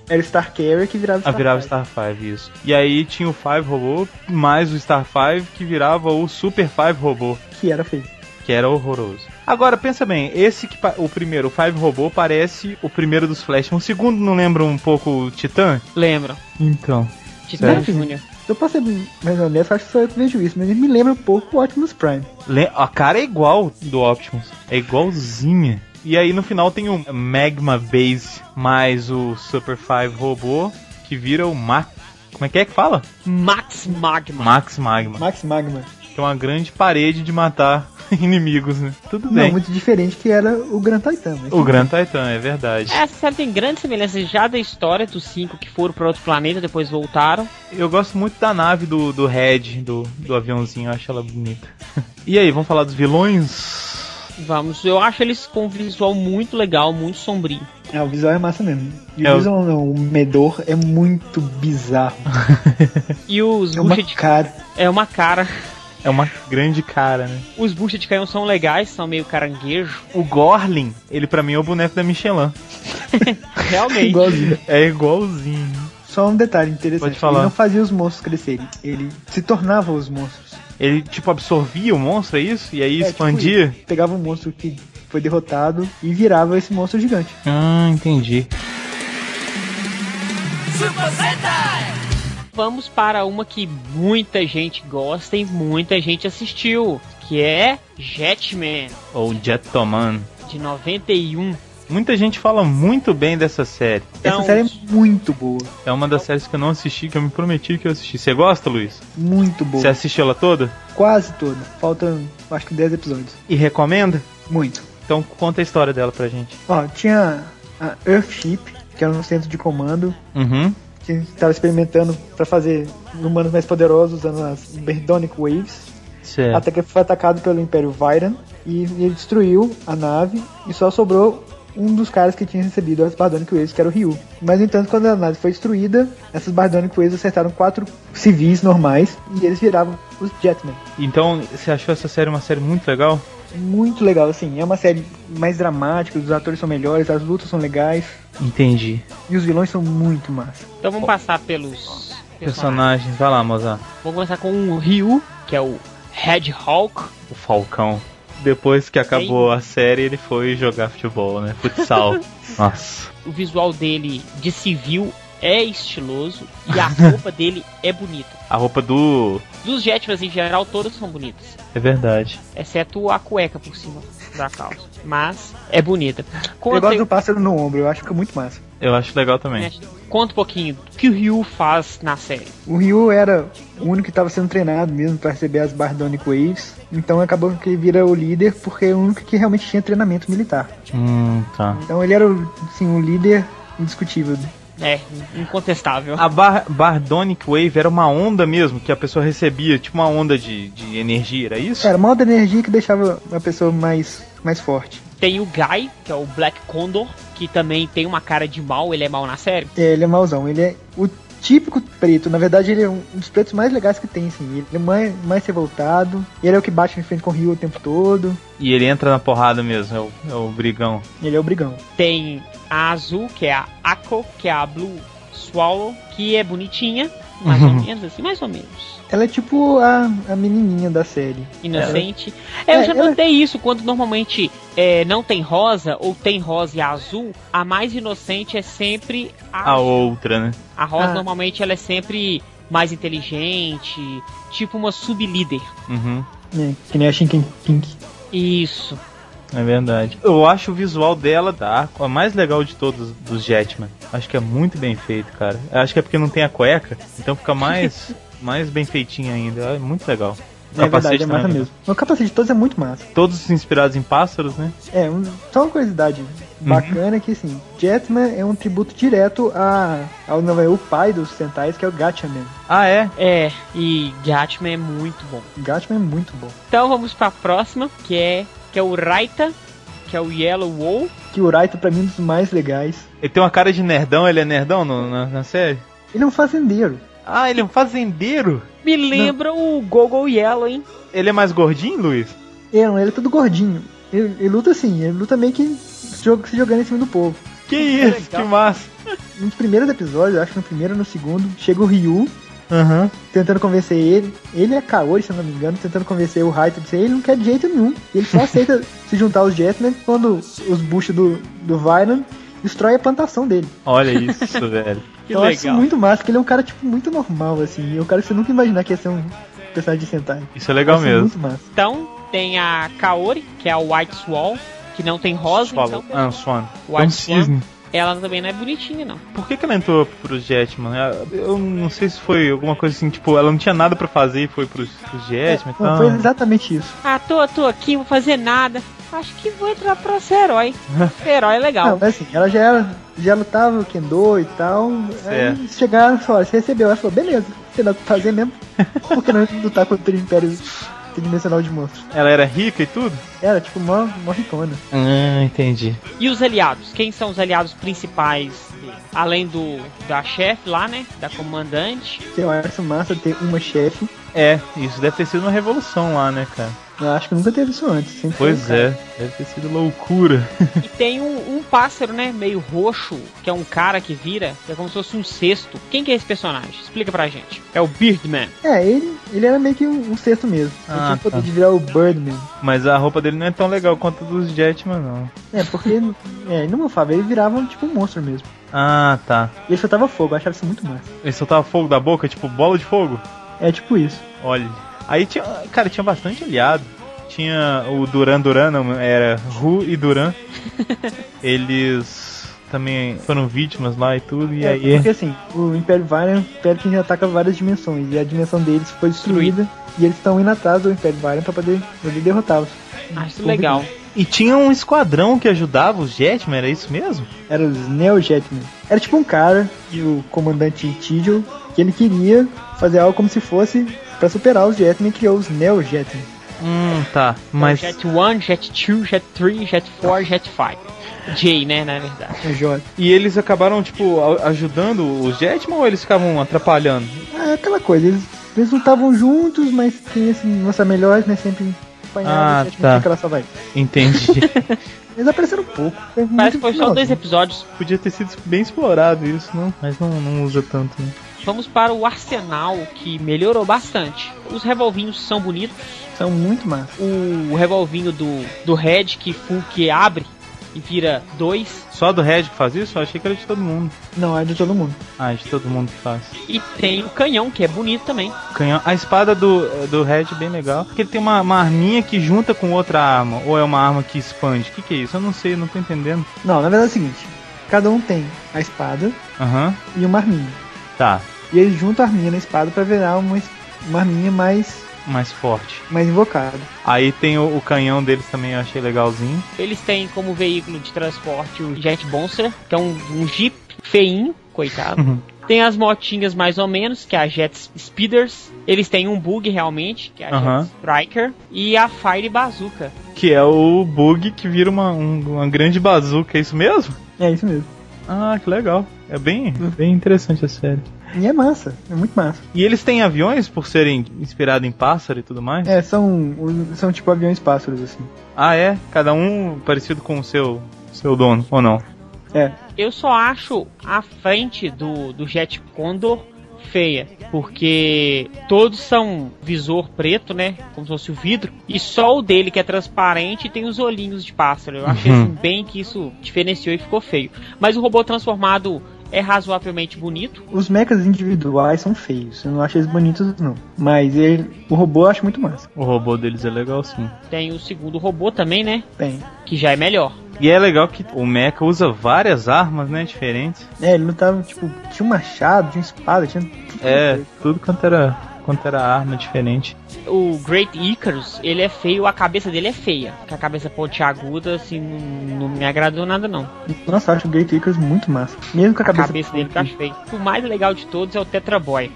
Era o Star Carrier que virava
Ah,
Star
virava
Five.
Star 5, isso. E aí tinha o 5 robô, mais o Star 5, que virava o Super 5 robô,
Que era feio.
que era horroroso. Agora, pensa bem, esse que pa- o primeiro, o 5 robô, parece o primeiro dos Flash. O segundo não lembra um pouco o Titã?
Lembra?
Então.
Titã
Sério?
Júnior.
Eu posso ser mais honesto, acho que só eu que vejo isso, mas ele me lembra um pouco o Optimus Prime.
Le- A cara é igual do Optimus. É igualzinha. E aí no final tem o Magma Base mais o Super 5 robô que vira o Max. Como é que é que fala?
Max Magma.
Max Magma.
Max Magma.
Que é uma grande parede de matar (laughs) inimigos, né? Tudo
Não,
bem.
muito diferente que era o Gran Titan. mas-
O Gran Titan, é verdade.
Essa série tem grandes semelhanças já da história dos cinco que foram pra outro planeta, depois voltaram.
Eu gosto muito da nave do, do Red, do, do aviãozinho, eu acho ela bonita. (laughs) E aí, vamos falar dos vilões?
Vamos, eu acho eles com um visual muito legal, muito sombrio.
É, o visual é massa mesmo. E
É, o-
o visual não, o Medor é muito bizarro.
(laughs)
E os
É uma
bucha de...
cara.
É uma cara. (laughs)
É uma grande cara, né?
Os bucha de canhão são legais, são meio caranguejo.
O Gorlin, ele pra mim é o boneco da Michelin.
(laughs)
Realmente.
Igualzinho.
É igualzinho.
Só um detalhe interessante.
Pode falar.
Ele não fazia os monstros crescerem. Ele se tornava os monstros.
Ele, tipo, absorvia o monstro, é isso? E aí
É, tipo
expandia?
isso. Pegava um monstro que foi derrotado e virava esse monstro gigante.
ah, entendi.
Vamos para uma que muita gente gosta e muita gente assistiu, que é Jetman,
Ou Jetoman.
de 91.
Muita gente fala muito bem dessa série.
Então,
Essa série é muito boa.
É uma das séries que eu não assisti, que eu me prometi que eu assisti. Você gosta, Luiz?
Muito boa.
Você assiste ela toda?
Quase toda. Faltam, acho que 10 episódios.
E recomenda?
Muito.
Então conta a história dela pra gente.
Ó, tinha a Earthship, que era um centro de comando
Uhum.
que estava experimentando para fazer humanos mais poderosos usando as Berdonic Waves.
Certo.
Até que foi atacado pelo Império Vairan e ele destruiu a nave e só sobrou um dos caras que tinha recebido as Bardonic Waves, que era o Ryu. Mas, no entanto, quando a nave foi destruída, essas Bardonic Waves acertaram quatro civis normais e eles viravam os Jetmen.
Então, você achou essa série uma série muito legal?
Muito legal, assim. É uma série mais dramática, os atores são melhores, as lutas são legais
Entendi.
e os vilões são muito massa.
então vamos passar pelos personagens.
Personagens, vai lá, moça.
Vamos começar com o Ryu, que é o Red Hawk.
O Falcão. Depois que acabou a série, ele foi jogar futebol, né? (laughs) Futsal. Nossa.
O visual dele de civil é estiloso
(laughs)
e a roupa dele é bonita.
A roupa do.
Dos Jetmans em geral, todas são bonitas.
É verdade.
Exceto a cueca por cima da calça. Mas é bonita.
eu gosto
Conta,
do pássaro no ombro, eu acho que é muito massa.
Eu acho legal também.
conta um pouquinho do que o Ryu faz na série.
O Ryu era o único que estava sendo treinado mesmo para receber as Bardonic Waves, então acabou que ele vira o líder porque é o único que realmente tinha treinamento militar.
Hum, tá.
Então ele era assim, um líder indiscutível.
É, incontestável.
A bar Bardonic Wave era uma onda mesmo que a pessoa recebia, tipo uma onda de, de energia, era isso?
Era uma outra energia que deixava a pessoa mais, mais forte.
Tem o Guy, que é o Black Condor, que também tem uma cara de mal, ele é mal na série.
É, ele é mauzão, ele é o típico preto, na verdade ele é um dos pretos mais legais que tem, assim. Ele é mais, mais revoltado, ele é o que bate de frente com o Ryu o tempo todo,
E ele entra na porrada mesmo, é o, é o brigão.
ele é o brigão.
Tem a Azul, que é a Ako, que é a Blue Swallow, que é bonitinha. mais
Uhum.
ou menos, assim, mais ou menos.
Ela é tipo a, a menininha da série.
Inocente. É, eu
É,
já
ela-
notei isso, quando normalmente é, não tem rosa, ou tem rosa e azul, a mais inocente é sempre a
A outra, né?
A Rosa
Ah.
normalmente ela é sempre mais inteligente, tipo uma sublíder.
Uhum.
né? Que nem a Shinken Pink.
Isso.
É verdade. Eu acho o visual dela da Arco a mais legal de todos dos Jetman. Acho que é muito bem feito, cara. Eu Acho que é porque não tem a cueca, então fica (laughs) mais, mais bem feitinho ainda. É muito legal. O
É verdade, é massa
também.
mesmo. O capacete de todos é muito massa.
Todos inspirados em pássaros, né?
É, um- só uma curiosidade bacana que assim, Jetman é um tributo direto a, ao não é o pai dos Sentais, que é o Gatchaman.
Ah, é?
É, e Gatman é muito bom.
O Gatchaman é muito bom.
Então vamos pra próxima, que é que é o Raita, que é o Yellow Wow.
Que o Raito pra mim é um dos mais legais.
Ele tem uma cara de nerdão, ele é nerdão no- na, na série?
Ele é um fazendeiro.
Ah, ele é um fazendeiro?
Me lembra o Gogol Yellow, hein?
Ele é mais gordinho, Luiz?
Ele, não, ele é todo gordinho. Ele, ele luta assim, ele luta meio que se jog- se jogando em cima do povo.
Que isso, que massa.
Nos primeiros episódios, eu acho que no primeiro ou no segundo, chega o Ryu
Aham.
tentando convencer ele. Ele é Kaori, se eu não me engano, tentando convencer o Raito de ser. Ele não quer de jeito nenhum. Ele só aceita (laughs) se juntar aos Jetman quando os buchos do, do Vinan destrói a plantação dele. Então,
Olha isso, (laughs) velho.
Que
eu acho isso
legal.
muito massa, porque ele é um cara, tipo, muito normal, assim. É um cara que você nunca ia imaginar que ia ser um personagem de Sentai.
Isso é legal
Eu acho
mesmo.
Muito massa.
Então tem a Kaori, que é a White Swan, que não tem rosa,
Swallow.
então
Ah, Swan. É um
White Swan,
cisne.
ela também não é bonitinha não.
Por que, que ela entrou pro Jetman? Ah, Eu não sei se foi alguma coisa assim, tipo, ela não tinha nada pra fazer e foi pros, pros Jetman e
Bom, Foi
tal.
exatamente isso.
Ah, tô, tô aqui, não vou fazer nada. Acho que vou entrar pra ser herói. herói é legal.
Não, mas assim, ela já era, já lutava o Kendo e tal.
Certo.
Aí chegaram e falaram, você recebeu. Ela falou, beleza, não tem nada pra fazer mesmo. (laughs) Por que não lutar contra o Império Tridimensional de Monstros?
Ela era rica e tudo?
Era, tipo, mó, mó ricona.
Ah, entendi.
E os aliados? Quem são os aliados principais? dele? Além do da chefe lá, né? Da comandante.
Eu acho massa ter uma chefe.
É, isso deve ter sido uma revolução lá, né, cara?
Eu acho que nunca teve isso antes. Sempre foi um
Pois
cara.
é, deve ter sido loucura.
E tem um, um pássaro, né? Meio roxo, que é um cara que vira, que é como se fosse um cesto. Quem que é esse personagem? Explica pra gente. É o Beardman.
É, ele, ele era meio que um, um sexto mesmo. Ele
Ah,
tinha o poder
tá.
de virar o Birdman.
Mas a roupa dele não é tão legal quanto a dos Jetman, não.
É, porque, (laughs) é, não vou falar, ele virava tipo um monstro mesmo.
Ah, tá.
E ele soltava fogo, eu achava isso muito massa.
Ele soltava fogo da boca, tipo bola de fogo?
É tipo isso.
Olha. Aí tinha. Cara, tinha bastante aliado. Tinha o Duran Duran, não, era Ru e Duran. Eles também foram vítimas lá e tudo, e
é,
aí.
Porque assim, o Império Varian é um império que ataca várias dimensões. E a dimensão deles foi destruída. E eles estão indo atrás do Império Varian pra poder, poder derrotá-los.
Ah,
Acho
é
isso legal.
E tinha um esquadrão que ajudava os Jetman, era isso mesmo?
Era os Neo Jetman. Era tipo um cara, e o comandante Tidal, que ele queria fazer algo como se fosse pra superar os Jetman e criou os Neo Jetman.
Hum, tá. Mas.
Jet 1, Jet 2, Jet 3, Jet 4, Jet 5. J, né? Na verdade.
É J.
E eles acabaram, tipo, a- ajudando os Jetman ou eles ficavam atrapalhando?
Ah, é aquela coisa, eles, eles lutavam juntos, mas quem assim, nossa melhor, né? Sempre
Ah,
apanhava o Jetman
tá.
tinha que ela só vai.
Entendi.
Eles apareceram pouco. foi
Parece
muito
que foi só
finalzinho.
dois episódios.
Podia ter sido bem explorado isso, não? Mas não, não usa tanto, né?
Vamos para o arsenal, que melhorou bastante. Os revolvinhos são bonitos.
São muito massa.
o revolvinho do, do Red que, fu- que abre e vira dois.
Só do Red que faz isso? Eu achei que era de todo mundo.
Não, é de todo mundo.
Ah, de todo mundo que faz.
E tem o canhão, que é bonito também.
Canhão. A espada do, do Red é bem legal. Porque ele tem uma, uma arminha que junta com outra arma. Ou é uma arma que expande. O que, que é isso? Eu não sei, eu não tô entendendo.
Não, na verdade é o seguinte: cada um tem a espada
Aham.
e uma arminha.
Tá.
E eles juntam a arminha na espada pra virar uma, es- uma arminha mais,
Mais forte.
mais invocada.
Aí tem o, o canhão deles também, eu achei legalzinho.
Eles têm como veículo de transporte o Jet Monster, que é um, um jeep feinho, coitado. Tem as motinhas mais ou menos, que é a Jet Speeders. Eles têm um bug realmente, que é a
Aham.
Jet Striker. E a Fire Bazooka.
que é o bug que vira uma, um- uma grande bazuca. É isso mesmo?
É isso mesmo.
Ah, que legal. É bem, bem interessante a série.
E é massa, é muito massa.
E eles têm aviões por serem inspirados em pássaro e tudo mais?
É, são, os- são tipo aviões pássaros, assim.
Ah, é? Cada um parecido com o seu, seu dono, ou não?
É,
Eu só acho a frente do, do Jet Condor feia, porque todos são visor preto, né? Como se fosse o vidro, e só o dele que é transparente tem os olhinhos de pássaro. Eu achei
Uhum.
assim, bem que isso diferenciou e ficou feio. Mas o robô transformado é razoavelmente bonito.
Os mechas individuais são feios, eu não acho eles bonitos não. Mas ele, o robô eu acho muito massa.
O robô deles é legal sim.
Tem o segundo robô também, né?
Tem.
Que já é melhor.
E é legal que o Mecha usa várias armas, né? Diferentes.
É, ele lutava, tipo, tinha um machado, tinha uma espada, tinha.
É, tudo quanto era, quanto era arma diferente.
O Great Icarus, ele é feio, a cabeça dele é feia. Com a cabeça pontiaguda, assim, não, não me agradou nada, não.
Nossa, eu acho o Great Icarus muito massa. Mesmo com a
A
cabeça.
cabeça dele tá feia. O mais legal de todos é o Tetra Boy.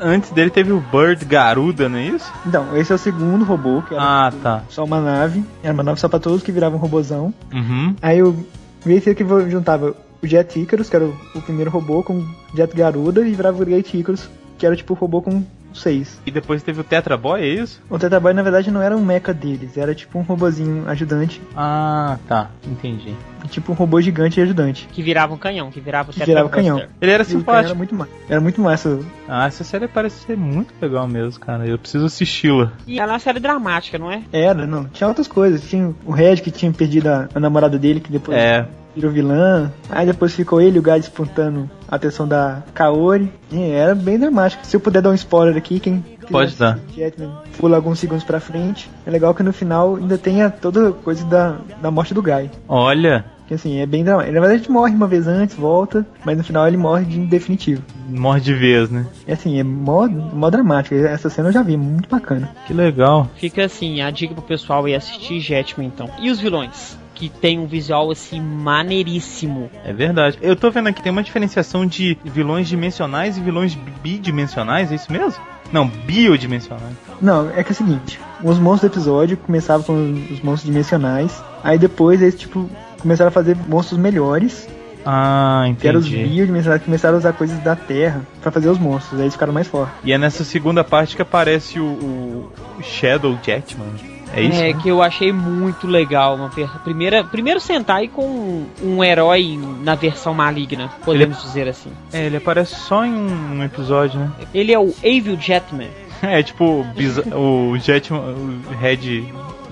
Antes dele teve o Bird Garuda, não é isso?
Então, esse é o segundo robô, que era
Ah, tá.
só uma nave. Era uma nave só pra todos que viravam um robôzão.
Uhum.
Aí o Great Icarus juntava o Jet Icarus, que era o, o primeiro robô, com o Jet Garuda, e virava o Great Icarus, que era tipo o robô com seis.
E depois teve o Tetra Boy, é isso?
O Tetaboy, na verdade, não era um mecha deles, era tipo um robozinho ajudante,
Ah, tá. Entendi.
tipo um robô gigante e ajudante.
Que virava um canhão, que virava o
Que virava
Buster.
canhão.
Ele era
E o cara era
simpático.
muito massa. Era muito massa.
Ah, essa série parece ser muito legal mesmo, cara. Eu preciso assisti-la.
E ela é uma série dramática, não é?
Era, não. Tinha outras coisas. Tinha o Red que tinha perdido a, a namorada dele, que depois
É,
virou vilã. Aí depois ficou ele e o Guy disputando a atenção da Kaori. E era bem dramático. Se eu puder dar um spoiler aqui, quem. quiser
Pode dar.
assistir Jetman, Pula alguns segundos pra frente. É legal que no final ainda tenha toda a coisa da, da morte do Guy.
olha,
Que assim, é bem dramático. Na verdade, ele morre uma vez antes, volta, mas no final ele morre de definitivo.
morre de vez, né?
E assim, é mó, mó dramático. Essa cena eu já vi, é muito bacana.
Que legal.
Fica assim, a dica pro pessoal ir assistir Jetman, então. E os vilões? Que tem um visual, assim, maneiríssimo.
É verdade. Eu tô vendo aqui, tem uma diferenciação de vilões dimensionais e vilões bidimensionais, é isso mesmo? Não, biodimensionais.
Não, é que é o seguinte, os monstros do episódio começavam com os monstros dimensionais, aí depois eles, tipo, começaram a fazer monstros melhores,
Ah,
que eram os
entendi.
biodimensionais, que começaram a usar coisas da Terra pra fazer os monstros, aí eles ficaram mais fortes.
E é nessa segunda parte que aparece o, o Shadow Jetman. É isso?
É,
né?
que eu achei muito legal. Uma ver- primeira, primeiro Sentai com um, um herói na versão maligna, podemos dizer assim.
É, ele aparece só em um episódio, né? (laughs)
Ele é o Evil Jetman.
É tipo o bisa- o Jetman, o Red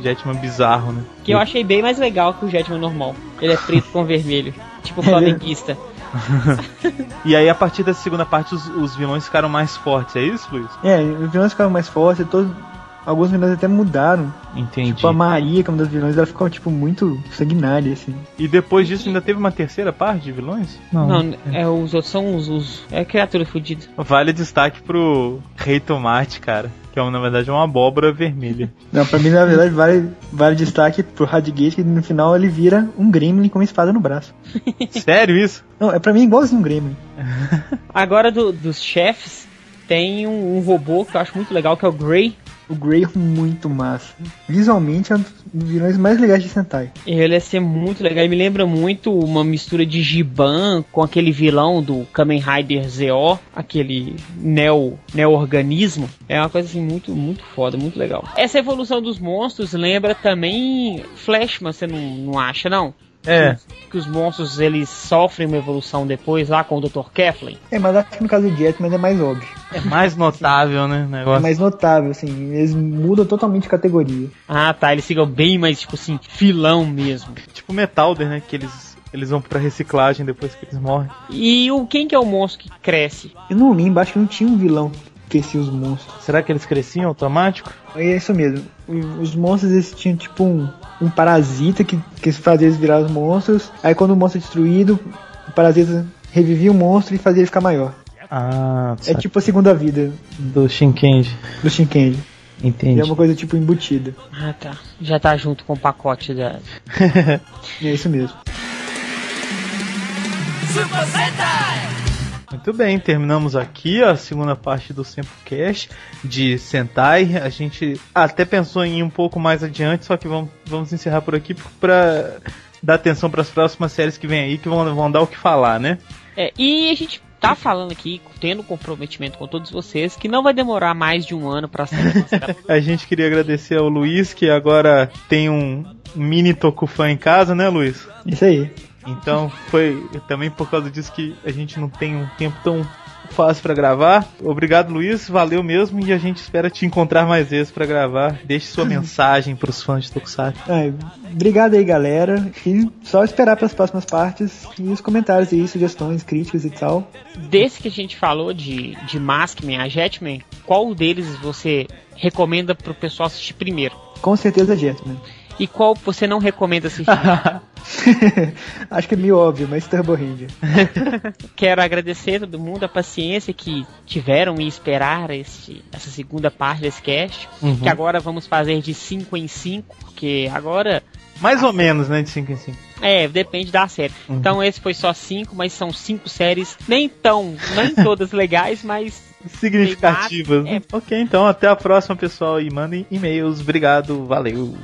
Jetman bizarro, né?
Que
é
eu achei bem mais legal que o Jetman normal. Ele é preto com vermelho.
(laughs)
Tipo
é
flamenguista.
E aí a partir dessa segunda parte os, os vilões ficaram mais fortes, é isso, Luiz?
É, os vilões ficaram mais fortes, e todos, alguns vilões até mudaram,
Entendi.
tipo a Maria, que é uma das vilões, ela ficou, tipo, muito sanguinária, assim.
E depois disso ainda teve uma terceira parte de vilões?
Não, é, os outros são os. os é criatura fodida.
Vale destaque pro Rei Tomate, cara. Que é, na verdade é uma abóbora (laughs) vermelha.
Não, pra mim, na verdade, vale, vale destaque pro Radgate, que no final ele vira um Gremlin com uma espada no braço.
Sério isso?
Não, é pra mim igualzinho um Gremlin.
Agora do- dos chefes, tem um, um robô que eu acho muito legal, que é o Grey.
O Grey é muito massa. Visualmente é um dos vilões mais legais de Sentai.
Ele ia ser muito legal. Ele me lembra muito uma mistura de Giban com aquele vilão do Kamen Rider ZO, aquele neo, neo-organismo. É uma coisa assim muito, muito foda, muito legal. Essa evolução dos monstros lembra também Flashman, você não, não acha, não?
É.
Que os monstros eles sofrem uma evolução depois lá com o Dr. Keflin.
É, mas acho que no caso do Jetman é mais óbvio.
É mais notável, né? o
É
Negócio.
mais notável, assim. Eles mudam totalmente de categoria.
Ah tá, eles ficam bem mais tipo assim, filão mesmo.
Tipo Metalder, né? Que eles, eles vão pra reciclagem depois que eles morrem.
E o quem que é o monstro que cresce?
Eu não lembro, acho que não tinha um vilão que esquecia os monstros.
Será que eles cresciam automático?
É isso mesmo. O- Os monstros eles tinham tipo um, um parasita que, que fazia eles virar os monstros. Aí quando o monstro é destruído, o parasita revivia o monstro e fazia ele ficar maior.
Ah,
É tipo a segunda vida
do Shinkenji.
do Shinkenji.
Entendi.
É uma coisa tipo embutida.
Ah tá, já tá junto com o pacote da,
É isso mesmo.
Muito bem, terminamos aqui a segunda parte do Sempocast de Sentai. A gente até pensou em ir um pouco mais adiante, só que vamos, vamos encerrar por aqui pra dar atenção pras próximas séries que vem aí, que vão, vão dar o que falar, né?
É, e a gente tá falando aqui, tendo comprometimento com todos vocês, que não vai demorar mais de um ano pra (laughs) sair. essa série.
A gente queria agradecer ao Luiz, que agora tem um mini Tokufã em casa, né, Luiz?
Isso aí.
Então foi também por causa disso que a gente não tem um tempo tão fácil pra gravar. Obrigado, Luiz. Valeu mesmo. E a gente espera te encontrar mais vezes pra gravar. Deixe sua mensagem pros fãs de Tokusatsu.
Ai, obrigado aí, galera. E só esperar pras próximas partes e os comentários aí, sugestões, críticas e tal.
Desse que a gente falou de, de Maskman, a Jetman, qual deles você recomenda pro pessoal assistir primeiro?
Com certeza, Jetman.
E qual você não recomenda assistir?
(laughs)
(laughs)
Acho que é meio óbvio, mas Turbo Ranger.
Quero agradecer a todo mundo a paciência que tiveram em esperar este, essa segunda parte desse cast.
Uhum.
Que agora vamos fazer de 5 em 5, porque agora
Mais ou menos, né? De 5 em 5.
é, depende da série.
Uhum.
Então esse foi só 5, mas são 5 séries, nem tão, nem todas legais, mas
Significativas. né? Ok, então até a próxima, pessoal. E mandem e-mails. Obrigado. Valeu.